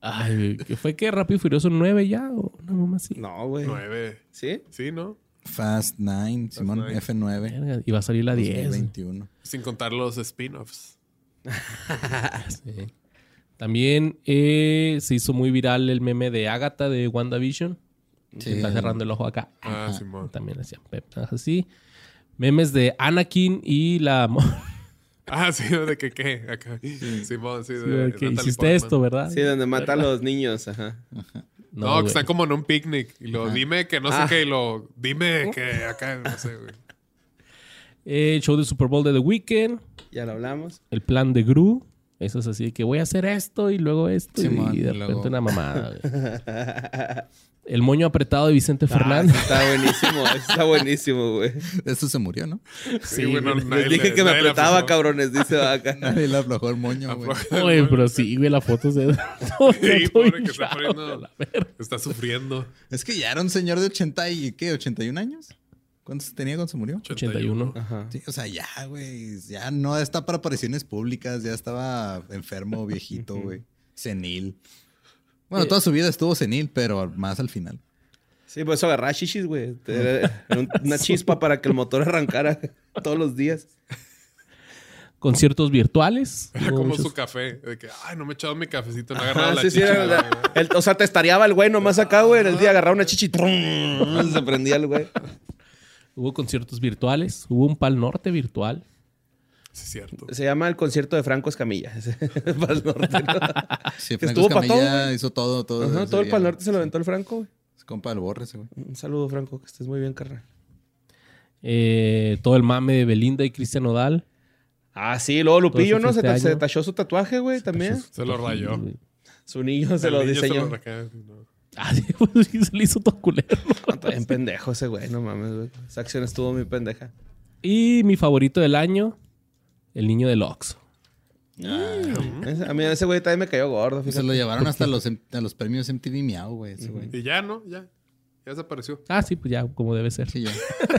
Speaker 1: Ay, ¿qué fue que Rápido y Furioso 9 ya? ¿O una mamá así?
Speaker 2: No, güey.
Speaker 3: Nueve.
Speaker 2: ¿Sí?
Speaker 3: Sí, ¿no?
Speaker 4: Fast 9, Simón,
Speaker 3: Nine.
Speaker 4: F9.
Speaker 1: Verga, Y va a salir la 10.
Speaker 4: 2021.
Speaker 3: Sin contar los spin-offs.
Speaker 1: Sí. También eh, se hizo muy viral el meme de Agatha de WandaVision. que
Speaker 4: Sí,
Speaker 1: está cerrando el ojo acá.
Speaker 3: Ah, Simón.
Speaker 1: También hacían pepas así. Memes de Anakin y la... mo-
Speaker 3: Ah, sí, de que qué. Acá. Simón, sí. De,
Speaker 1: que
Speaker 3: Natalie
Speaker 1: hiciste
Speaker 3: Portman.
Speaker 1: esto, ¿verdad?
Speaker 2: Sí, donde mata a los niños, ajá.
Speaker 3: No,
Speaker 1: güey.
Speaker 3: que está como en un picnic. Y lo dime que no sé
Speaker 2: Ah.
Speaker 3: qué. Y lo dime que acá, no sé, güey.
Speaker 1: Eh, show de Super Bowl de The Weeknd.
Speaker 2: Ya lo hablamos.
Speaker 1: El plan de Gru. Eso es así, de que voy a hacer esto y luego esto.
Speaker 4: Sí,
Speaker 1: y
Speaker 4: man,
Speaker 1: de
Speaker 4: y
Speaker 1: repente
Speaker 4: luego-
Speaker 1: una mamada. güey. El moño apretado de Vicente Fernández.
Speaker 2: Ah, ese Ah, está buenísimo, ese está buenísimo, güey.
Speaker 4: Eso se murió, ¿no?
Speaker 3: Sí, güey. no, nadie
Speaker 2: Les dije
Speaker 3: le-
Speaker 2: que me
Speaker 3: nadie le
Speaker 2: apretaba,
Speaker 3: aflojó.
Speaker 2: cabrones, dice acá.
Speaker 4: Nadie le aflojó el moño, güey.
Speaker 1: Oye, pero sí, güey, la foto se... todo-
Speaker 3: Sí,
Speaker 1: todo
Speaker 3: pobre que está
Speaker 1: hinchado,
Speaker 3: poniendo-
Speaker 1: la verga.
Speaker 3: Está sufriendo.
Speaker 4: Es que ya era un señor de 80 y, ¿qué? ¿81 años? ¿Cuántos tenía cuando se murió?
Speaker 1: 81.
Speaker 2: Ajá.
Speaker 4: Sí, o sea, ya, güey. Ya no está para apariciones públicas. Ya estaba enfermo, viejito, güey. Senil.
Speaker 2: Eh,
Speaker 4: Bueno, toda su vida estuvo senil, pero más al final.
Speaker 2: Sí, por eso agarraba chichis, güey. Era un- Una chispa para que el motor arrancara todos los días.
Speaker 1: conciertos virtuales.
Speaker 4: Ah,
Speaker 3: Era
Speaker 1: Hubo
Speaker 3: como
Speaker 1: muchos-
Speaker 3: su café. De que, ay, no me he echado mi cafecito. No he agarrado
Speaker 2: Ajá,
Speaker 3: la
Speaker 2: Ah, sí, sí,
Speaker 3: chicha,
Speaker 2: era
Speaker 3: la-
Speaker 2: la- el- o sea, te estareaba el güey nomás acá, güey. En el día agarraba una chichi y ¡trum! se prendía el güey.
Speaker 1: Hubo conciertos virtuales. Hubo un Pal Norte virtual.
Speaker 3: Sí, es cierto.
Speaker 2: Se llama el concierto de Franco Escamilla. Para el norte, ¿no?
Speaker 4: Sí,
Speaker 2: Ah, Que
Speaker 4: Franco
Speaker 2: estuvo pa' todo,
Speaker 4: Escamilla
Speaker 2: güey.
Speaker 4: hizo todo, todo.
Speaker 2: Ajá,
Speaker 4: ese
Speaker 2: todo el
Speaker 4: día,
Speaker 2: Pal
Speaker 4: güey.
Speaker 2: Norte se lo aventó el Franco, güey.
Speaker 4: Es compa del borre ese, güey.
Speaker 2: Un saludo, Franco, que estés muy bien, carnal.
Speaker 1: Eh, todo el mame de Belinda y Cristian Odal.
Speaker 2: Ah, sí, luego Lupillo,
Speaker 1: Todo
Speaker 2: ¿no?
Speaker 1: eso
Speaker 2: Se,
Speaker 1: fue
Speaker 2: ta-
Speaker 1: este
Speaker 2: se
Speaker 1: año.
Speaker 2: tachó su tatuaje, güey, también.
Speaker 3: Se lo rayó.
Speaker 2: Su niño se
Speaker 3: El
Speaker 2: lo
Speaker 3: niño
Speaker 2: diseñó.
Speaker 3: lo acá, no.
Speaker 1: Ah, sí, pues, sí, se le hizo todo culero.
Speaker 2: Ah, está bien pendejo ese güey, no mames, güey. Esa acción estuvo muy pendeja.
Speaker 1: Y mi favorito del año, el niño del Oxxo.
Speaker 2: Ese- a mí ese güey también me cayó gordo,
Speaker 4: Se
Speaker 2: fíjate.
Speaker 4: lo llevaron hasta los, em- a los premios MTV Miau, güey. Ese, güey.
Speaker 3: Y ya, ¿no? Ya. Ya desapareció.
Speaker 1: Ah, sí, pues ya, como debe ser.
Speaker 4: Sí, ya.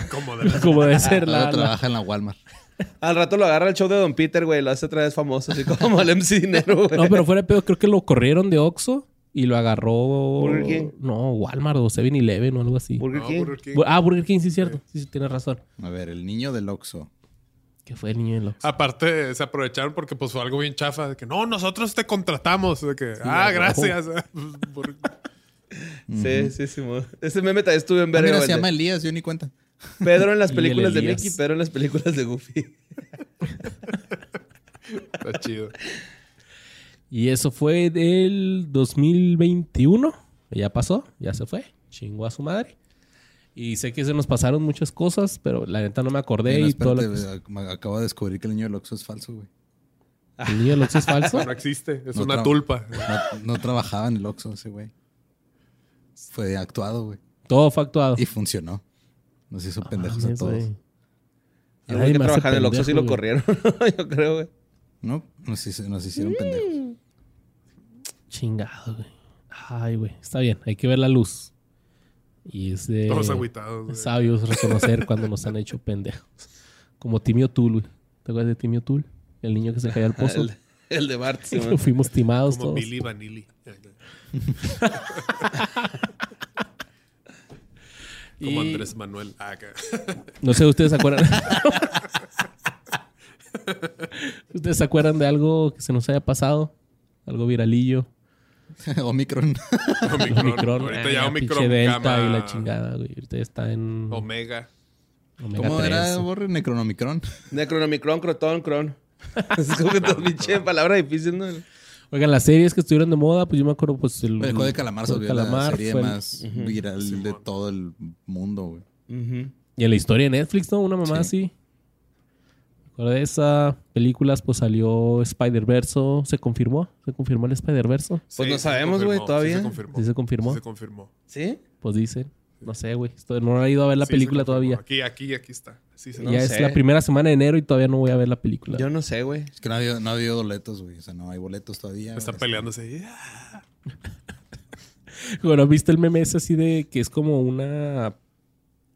Speaker 3: Como de la-
Speaker 1: Como debe ser la,
Speaker 4: Ahora
Speaker 1: la-
Speaker 4: trabaja en la Walmart.
Speaker 2: Al rato lo agarra el show de Don Peter, güey, lo hace otra vez famoso, así como el MC Dinero, güey.
Speaker 1: No, pero fuera de pedo, creo que lo corrieron de Oxxo y lo agarró...
Speaker 2: Burger King.
Speaker 1: No, Walmart o 7-Eleven o algo así.
Speaker 2: Burger
Speaker 3: No,
Speaker 2: King.
Speaker 3: Burger King.
Speaker 1: Bu- ah, Burger King, sí, es cierto. Sí, sí, tienes razón.
Speaker 4: A ver, el niño del Oxxo.
Speaker 1: que fue el niño en Locos.
Speaker 3: Aparte, se aprovecharon porque pues fue algo bien chafa. De que no, nosotros te contratamos. De que, ah, gracias. Por-
Speaker 2: Sí, sí, sí. mo- Ese meme también estuvo en
Speaker 4: Ah,
Speaker 2: verga.
Speaker 4: mira, se
Speaker 2: verde.
Speaker 4: llama Elías, yo ni cuenta.
Speaker 2: Pedro en las
Speaker 1: Y
Speaker 2: películas
Speaker 1: el
Speaker 2: de
Speaker 1: Elías.
Speaker 2: Mickey, Pedro en las películas de Goofy.
Speaker 3: Está chido.
Speaker 1: Y eso fue del 2021. Ya pasó, ya se fue. Chingó a su madre. Y sé que se nos pasaron muchas cosas, pero la neta no me acordé.
Speaker 4: No,
Speaker 1: y todo
Speaker 4: espérate,
Speaker 1: lo que-
Speaker 4: ac- me acabo de descubrir que el niño del Oxxo es falso, güey.
Speaker 1: ¿El niño de Locos es falso?
Speaker 3: No existe. Es
Speaker 4: No,
Speaker 3: una
Speaker 4: claro.
Speaker 3: tulpa.
Speaker 4: No, no trabajaba en el Oxxo ese güey. Fue actuado, güey.
Speaker 1: todo fue actuado.
Speaker 4: Y funcionó. Nos hizo pendejos a
Speaker 1: Oh. Ah, Mames,
Speaker 4: todos.
Speaker 1: güey.
Speaker 2: Yo
Speaker 1: Nadie
Speaker 2: que
Speaker 1: me hace
Speaker 2: trabajar en el Oxxo sí lo
Speaker 1: pendejo, güey.
Speaker 2: corrieron, yo creo, güey.
Speaker 4: No, nos, hizo- nos hicieron pendejos.
Speaker 1: Chingado, güey. Ay, güey. Está bien, hay que ver la luz. Y es de
Speaker 3: Todos agüitados. güey.
Speaker 1: sabios reconocer cuando nos han hecho pendejos. Como Timio Tul, güey. ¿Te acuerdas de Timio Tul? El niño que se cayó al pozo.
Speaker 2: El, el de Bart, sí,
Speaker 1: Que
Speaker 2: mo.
Speaker 1: Fuimos timados
Speaker 3: Como
Speaker 1: todos.
Speaker 3: Billy Vanilli. Como
Speaker 1: Y-
Speaker 3: Andrés Manuel. Ah, acá.
Speaker 1: No sé, ¿ustedes se acuerdan? ¿Ustedes se acuerdan de algo que se nos haya pasado? Algo viralillo.
Speaker 4: Omicron.
Speaker 3: Omicron.
Speaker 1: Omicron.
Speaker 3: Ahorita
Speaker 1: ah,
Speaker 3: ya
Speaker 1: pinche
Speaker 3: Omicron.
Speaker 1: Delta
Speaker 3: gamma,
Speaker 1: y la chingada, güey. Ahorita está en
Speaker 3: Omega.
Speaker 1: Omega
Speaker 4: ¿Cómo
Speaker 1: 3.
Speaker 4: era, Borre? Necronomicron.
Speaker 2: Necronomicron, Crotón, Cron. es como que todo pinche palabra difícil, ¿no?
Speaker 1: Oigan, las series que estuvieron de moda, pues yo me acuerdo, pues... El,
Speaker 4: El Juego de Calamar se
Speaker 1: Juego de
Speaker 4: volvió la
Speaker 1: Calamar
Speaker 4: serie
Speaker 1: fue el-
Speaker 4: más viral de todo el mundo, güey.
Speaker 2: Ujú.
Speaker 1: Y en la historia de Netflix, ¿no? Una mamá así. Me acuerdo de esa. Películas, pues salió Spider-Verse. ¿Se confirmó? ¿Se confirmó el Spider-Verse?
Speaker 2: Pues no
Speaker 3: se
Speaker 2: sabemos, güey,
Speaker 3: confirmó,
Speaker 2: todavía.
Speaker 3: Sí se confirmó.
Speaker 1: ¿Sí se confirmó?
Speaker 3: Sí se confirmó.
Speaker 2: ¿Sí?
Speaker 1: Pues dicen. No sé, güey. Esto- No he ido a ver la
Speaker 3: Sí, se
Speaker 1: película todavía.
Speaker 3: confirmó. Aquí, aquí, aquí está. Sí, se
Speaker 2: No
Speaker 1: ya
Speaker 2: sé.
Speaker 1: es la primera semana de enero y todavía no voy a ver la película.
Speaker 2: Yo no sé, güey.
Speaker 4: Es que no había, no había boletos, güey. O sea, no hay boletos todavía.
Speaker 3: Están
Speaker 4: güey.
Speaker 3: peleándose. Ah,
Speaker 1: Bueno, ¿viste el meme ese así de que es como una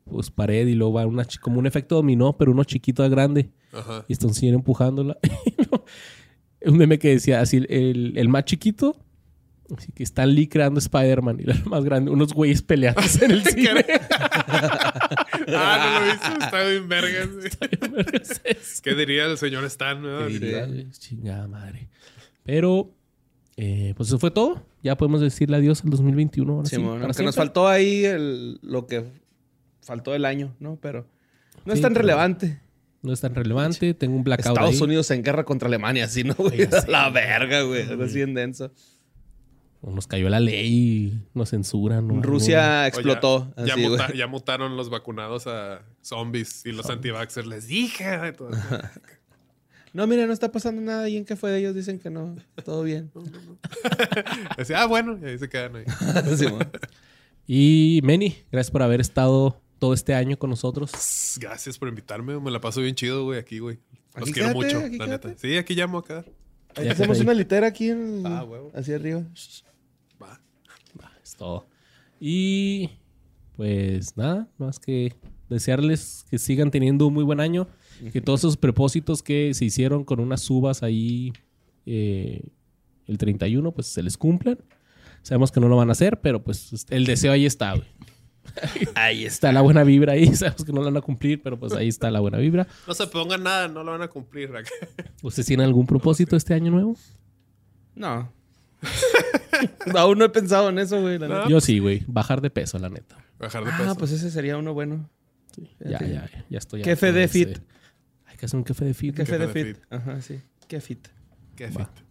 Speaker 1: pues pared y luego va una chi- como un efecto dominó, pero uno chiquito a grande
Speaker 3: Ajá.
Speaker 1: y están siguen empujándola. un meme que decía así el, el más chiquito así que Stan Lee creando Spider-Man y el más grande, unos güeyes peleándose en el cine.
Speaker 3: Ah, no lo viste. Está bien vergas. güey. ¿Qué diría el señor Stan? verdad?
Speaker 2: diría?
Speaker 1: Ay, Chingada madre. Pero eh, pues eso fue todo. Ya podemos decirle adiós al 2021 ahora sí,
Speaker 2: Simón,
Speaker 1: para
Speaker 2: aunque nos
Speaker 1: siempre.
Speaker 2: faltó ahí el- lo que faltó del año, ¿no? Pero no es
Speaker 1: Sí,
Speaker 2: tan
Speaker 1: pero-
Speaker 2: relevante.
Speaker 1: No es tan relevante. Tengo un blackout.
Speaker 2: Estados
Speaker 1: ahí.
Speaker 2: Unidos en guerra contra Alemania, así, ¿no, güey?
Speaker 1: Oiga, sí.
Speaker 2: La verga, güey. Algo así en denso.
Speaker 1: O Nos cayó la ley y nos censuran. ¿no?
Speaker 2: Rusia
Speaker 3: O ya-
Speaker 2: explotó.
Speaker 3: Ya,
Speaker 2: así, güey.
Speaker 3: muta- ya mutaron los vacunados a zombies y los antivaxxers. Les dije. Entonces,
Speaker 2: No, mira, no está pasando nada. ¿Y en qué fue de ellos? Dicen que no. Todo bien.
Speaker 3: Decía, ah, bueno. Y ahí se quedan ahí.
Speaker 2: Simón.
Speaker 1: Y Meni, gracias por haber estado todo este año con nosotros.
Speaker 3: Gracias por invitarme. Me la paso bien chido, güey, aquí, güey. Los
Speaker 2: Aquí
Speaker 3: quiero
Speaker 2: quédate,
Speaker 3: mucho,
Speaker 2: aquí
Speaker 3: la
Speaker 2: quédate.
Speaker 3: neta. Sí, aquí ya me voy a quedar.
Speaker 1: Ya
Speaker 2: Hacemos
Speaker 1: está ahí.
Speaker 2: una litera aquí en,
Speaker 3: Ah, huevo.
Speaker 2: hacia arriba.
Speaker 3: Va.
Speaker 1: Es todo. Y pues nada, más que desearles que sigan teniendo un muy buen año. Que todos esos propósitos que se hicieron con unas uvas ahí eh, el 31, pues se les cumplan. Sabemos que no lo van a hacer, pero pues el deseo ahí está, güey. Ahí está la buena vibra ahí. Sabemos que no la van a cumplir, pero pues ahí está la buena vibra.
Speaker 3: No se pongan nada, no lo van a cumplir. acá.
Speaker 1: ¿Ustedes tienen algún propósito este año nuevo?
Speaker 2: No. Aún no he pensado en eso, güey. la neta.
Speaker 1: Yo sí, güey. Bajar de peso, la neta.
Speaker 3: Bajar de peso.
Speaker 2: Ah, pues ese sería uno bueno.
Speaker 1: Ya,
Speaker 2: Fíjate.
Speaker 1: ya, ya estoy.
Speaker 2: Qué fe
Speaker 1: harto
Speaker 2: de
Speaker 1: ese-
Speaker 2: fit.
Speaker 1: Hay que hacer un café de fit.
Speaker 2: Qué fe de
Speaker 3: de
Speaker 2: fit. Ajá, sí. Qué fit.
Speaker 3: Qué
Speaker 1: Va.
Speaker 3: fit.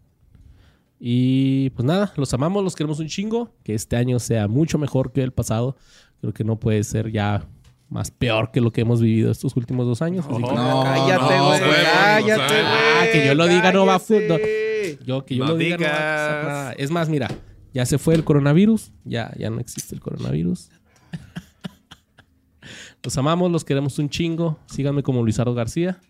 Speaker 1: Y pues nada, los amamos, los queremos un chingo. Que este año sea mucho mejor que el pasado. Creo que no puede ser ya más peor que lo que hemos vivido estos últimos dos años. Así que-
Speaker 4: No,
Speaker 2: cállate,
Speaker 4: Oh, no,
Speaker 2: güey.
Speaker 4: güey,
Speaker 2: cállate, güey.
Speaker 3: no,
Speaker 1: ah, que yo lo diga no va a fu-
Speaker 2: cállese.
Speaker 1: Yo que yo
Speaker 3: No
Speaker 1: lo diga, no va a pasar
Speaker 3: digas.
Speaker 1: nada. Es más, mira, ya se fue el coronavirus, ya, ya no existe el coronavirus. los amamos, los queremos un chingo. Síganme como Luisardo García.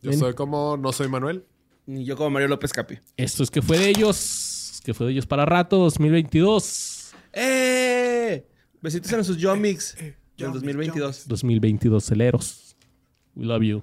Speaker 3: Yo
Speaker 1: Ven.
Speaker 3: soy como, no soy Manuel.
Speaker 2: Y Yo como Mario López Capi.
Speaker 1: Esto es que fue de ellos, que fue de ellos para rato 2022.
Speaker 2: ¡Eh! Besitos en sus Yomix del 2022.
Speaker 1: 2022 celeros. We love you.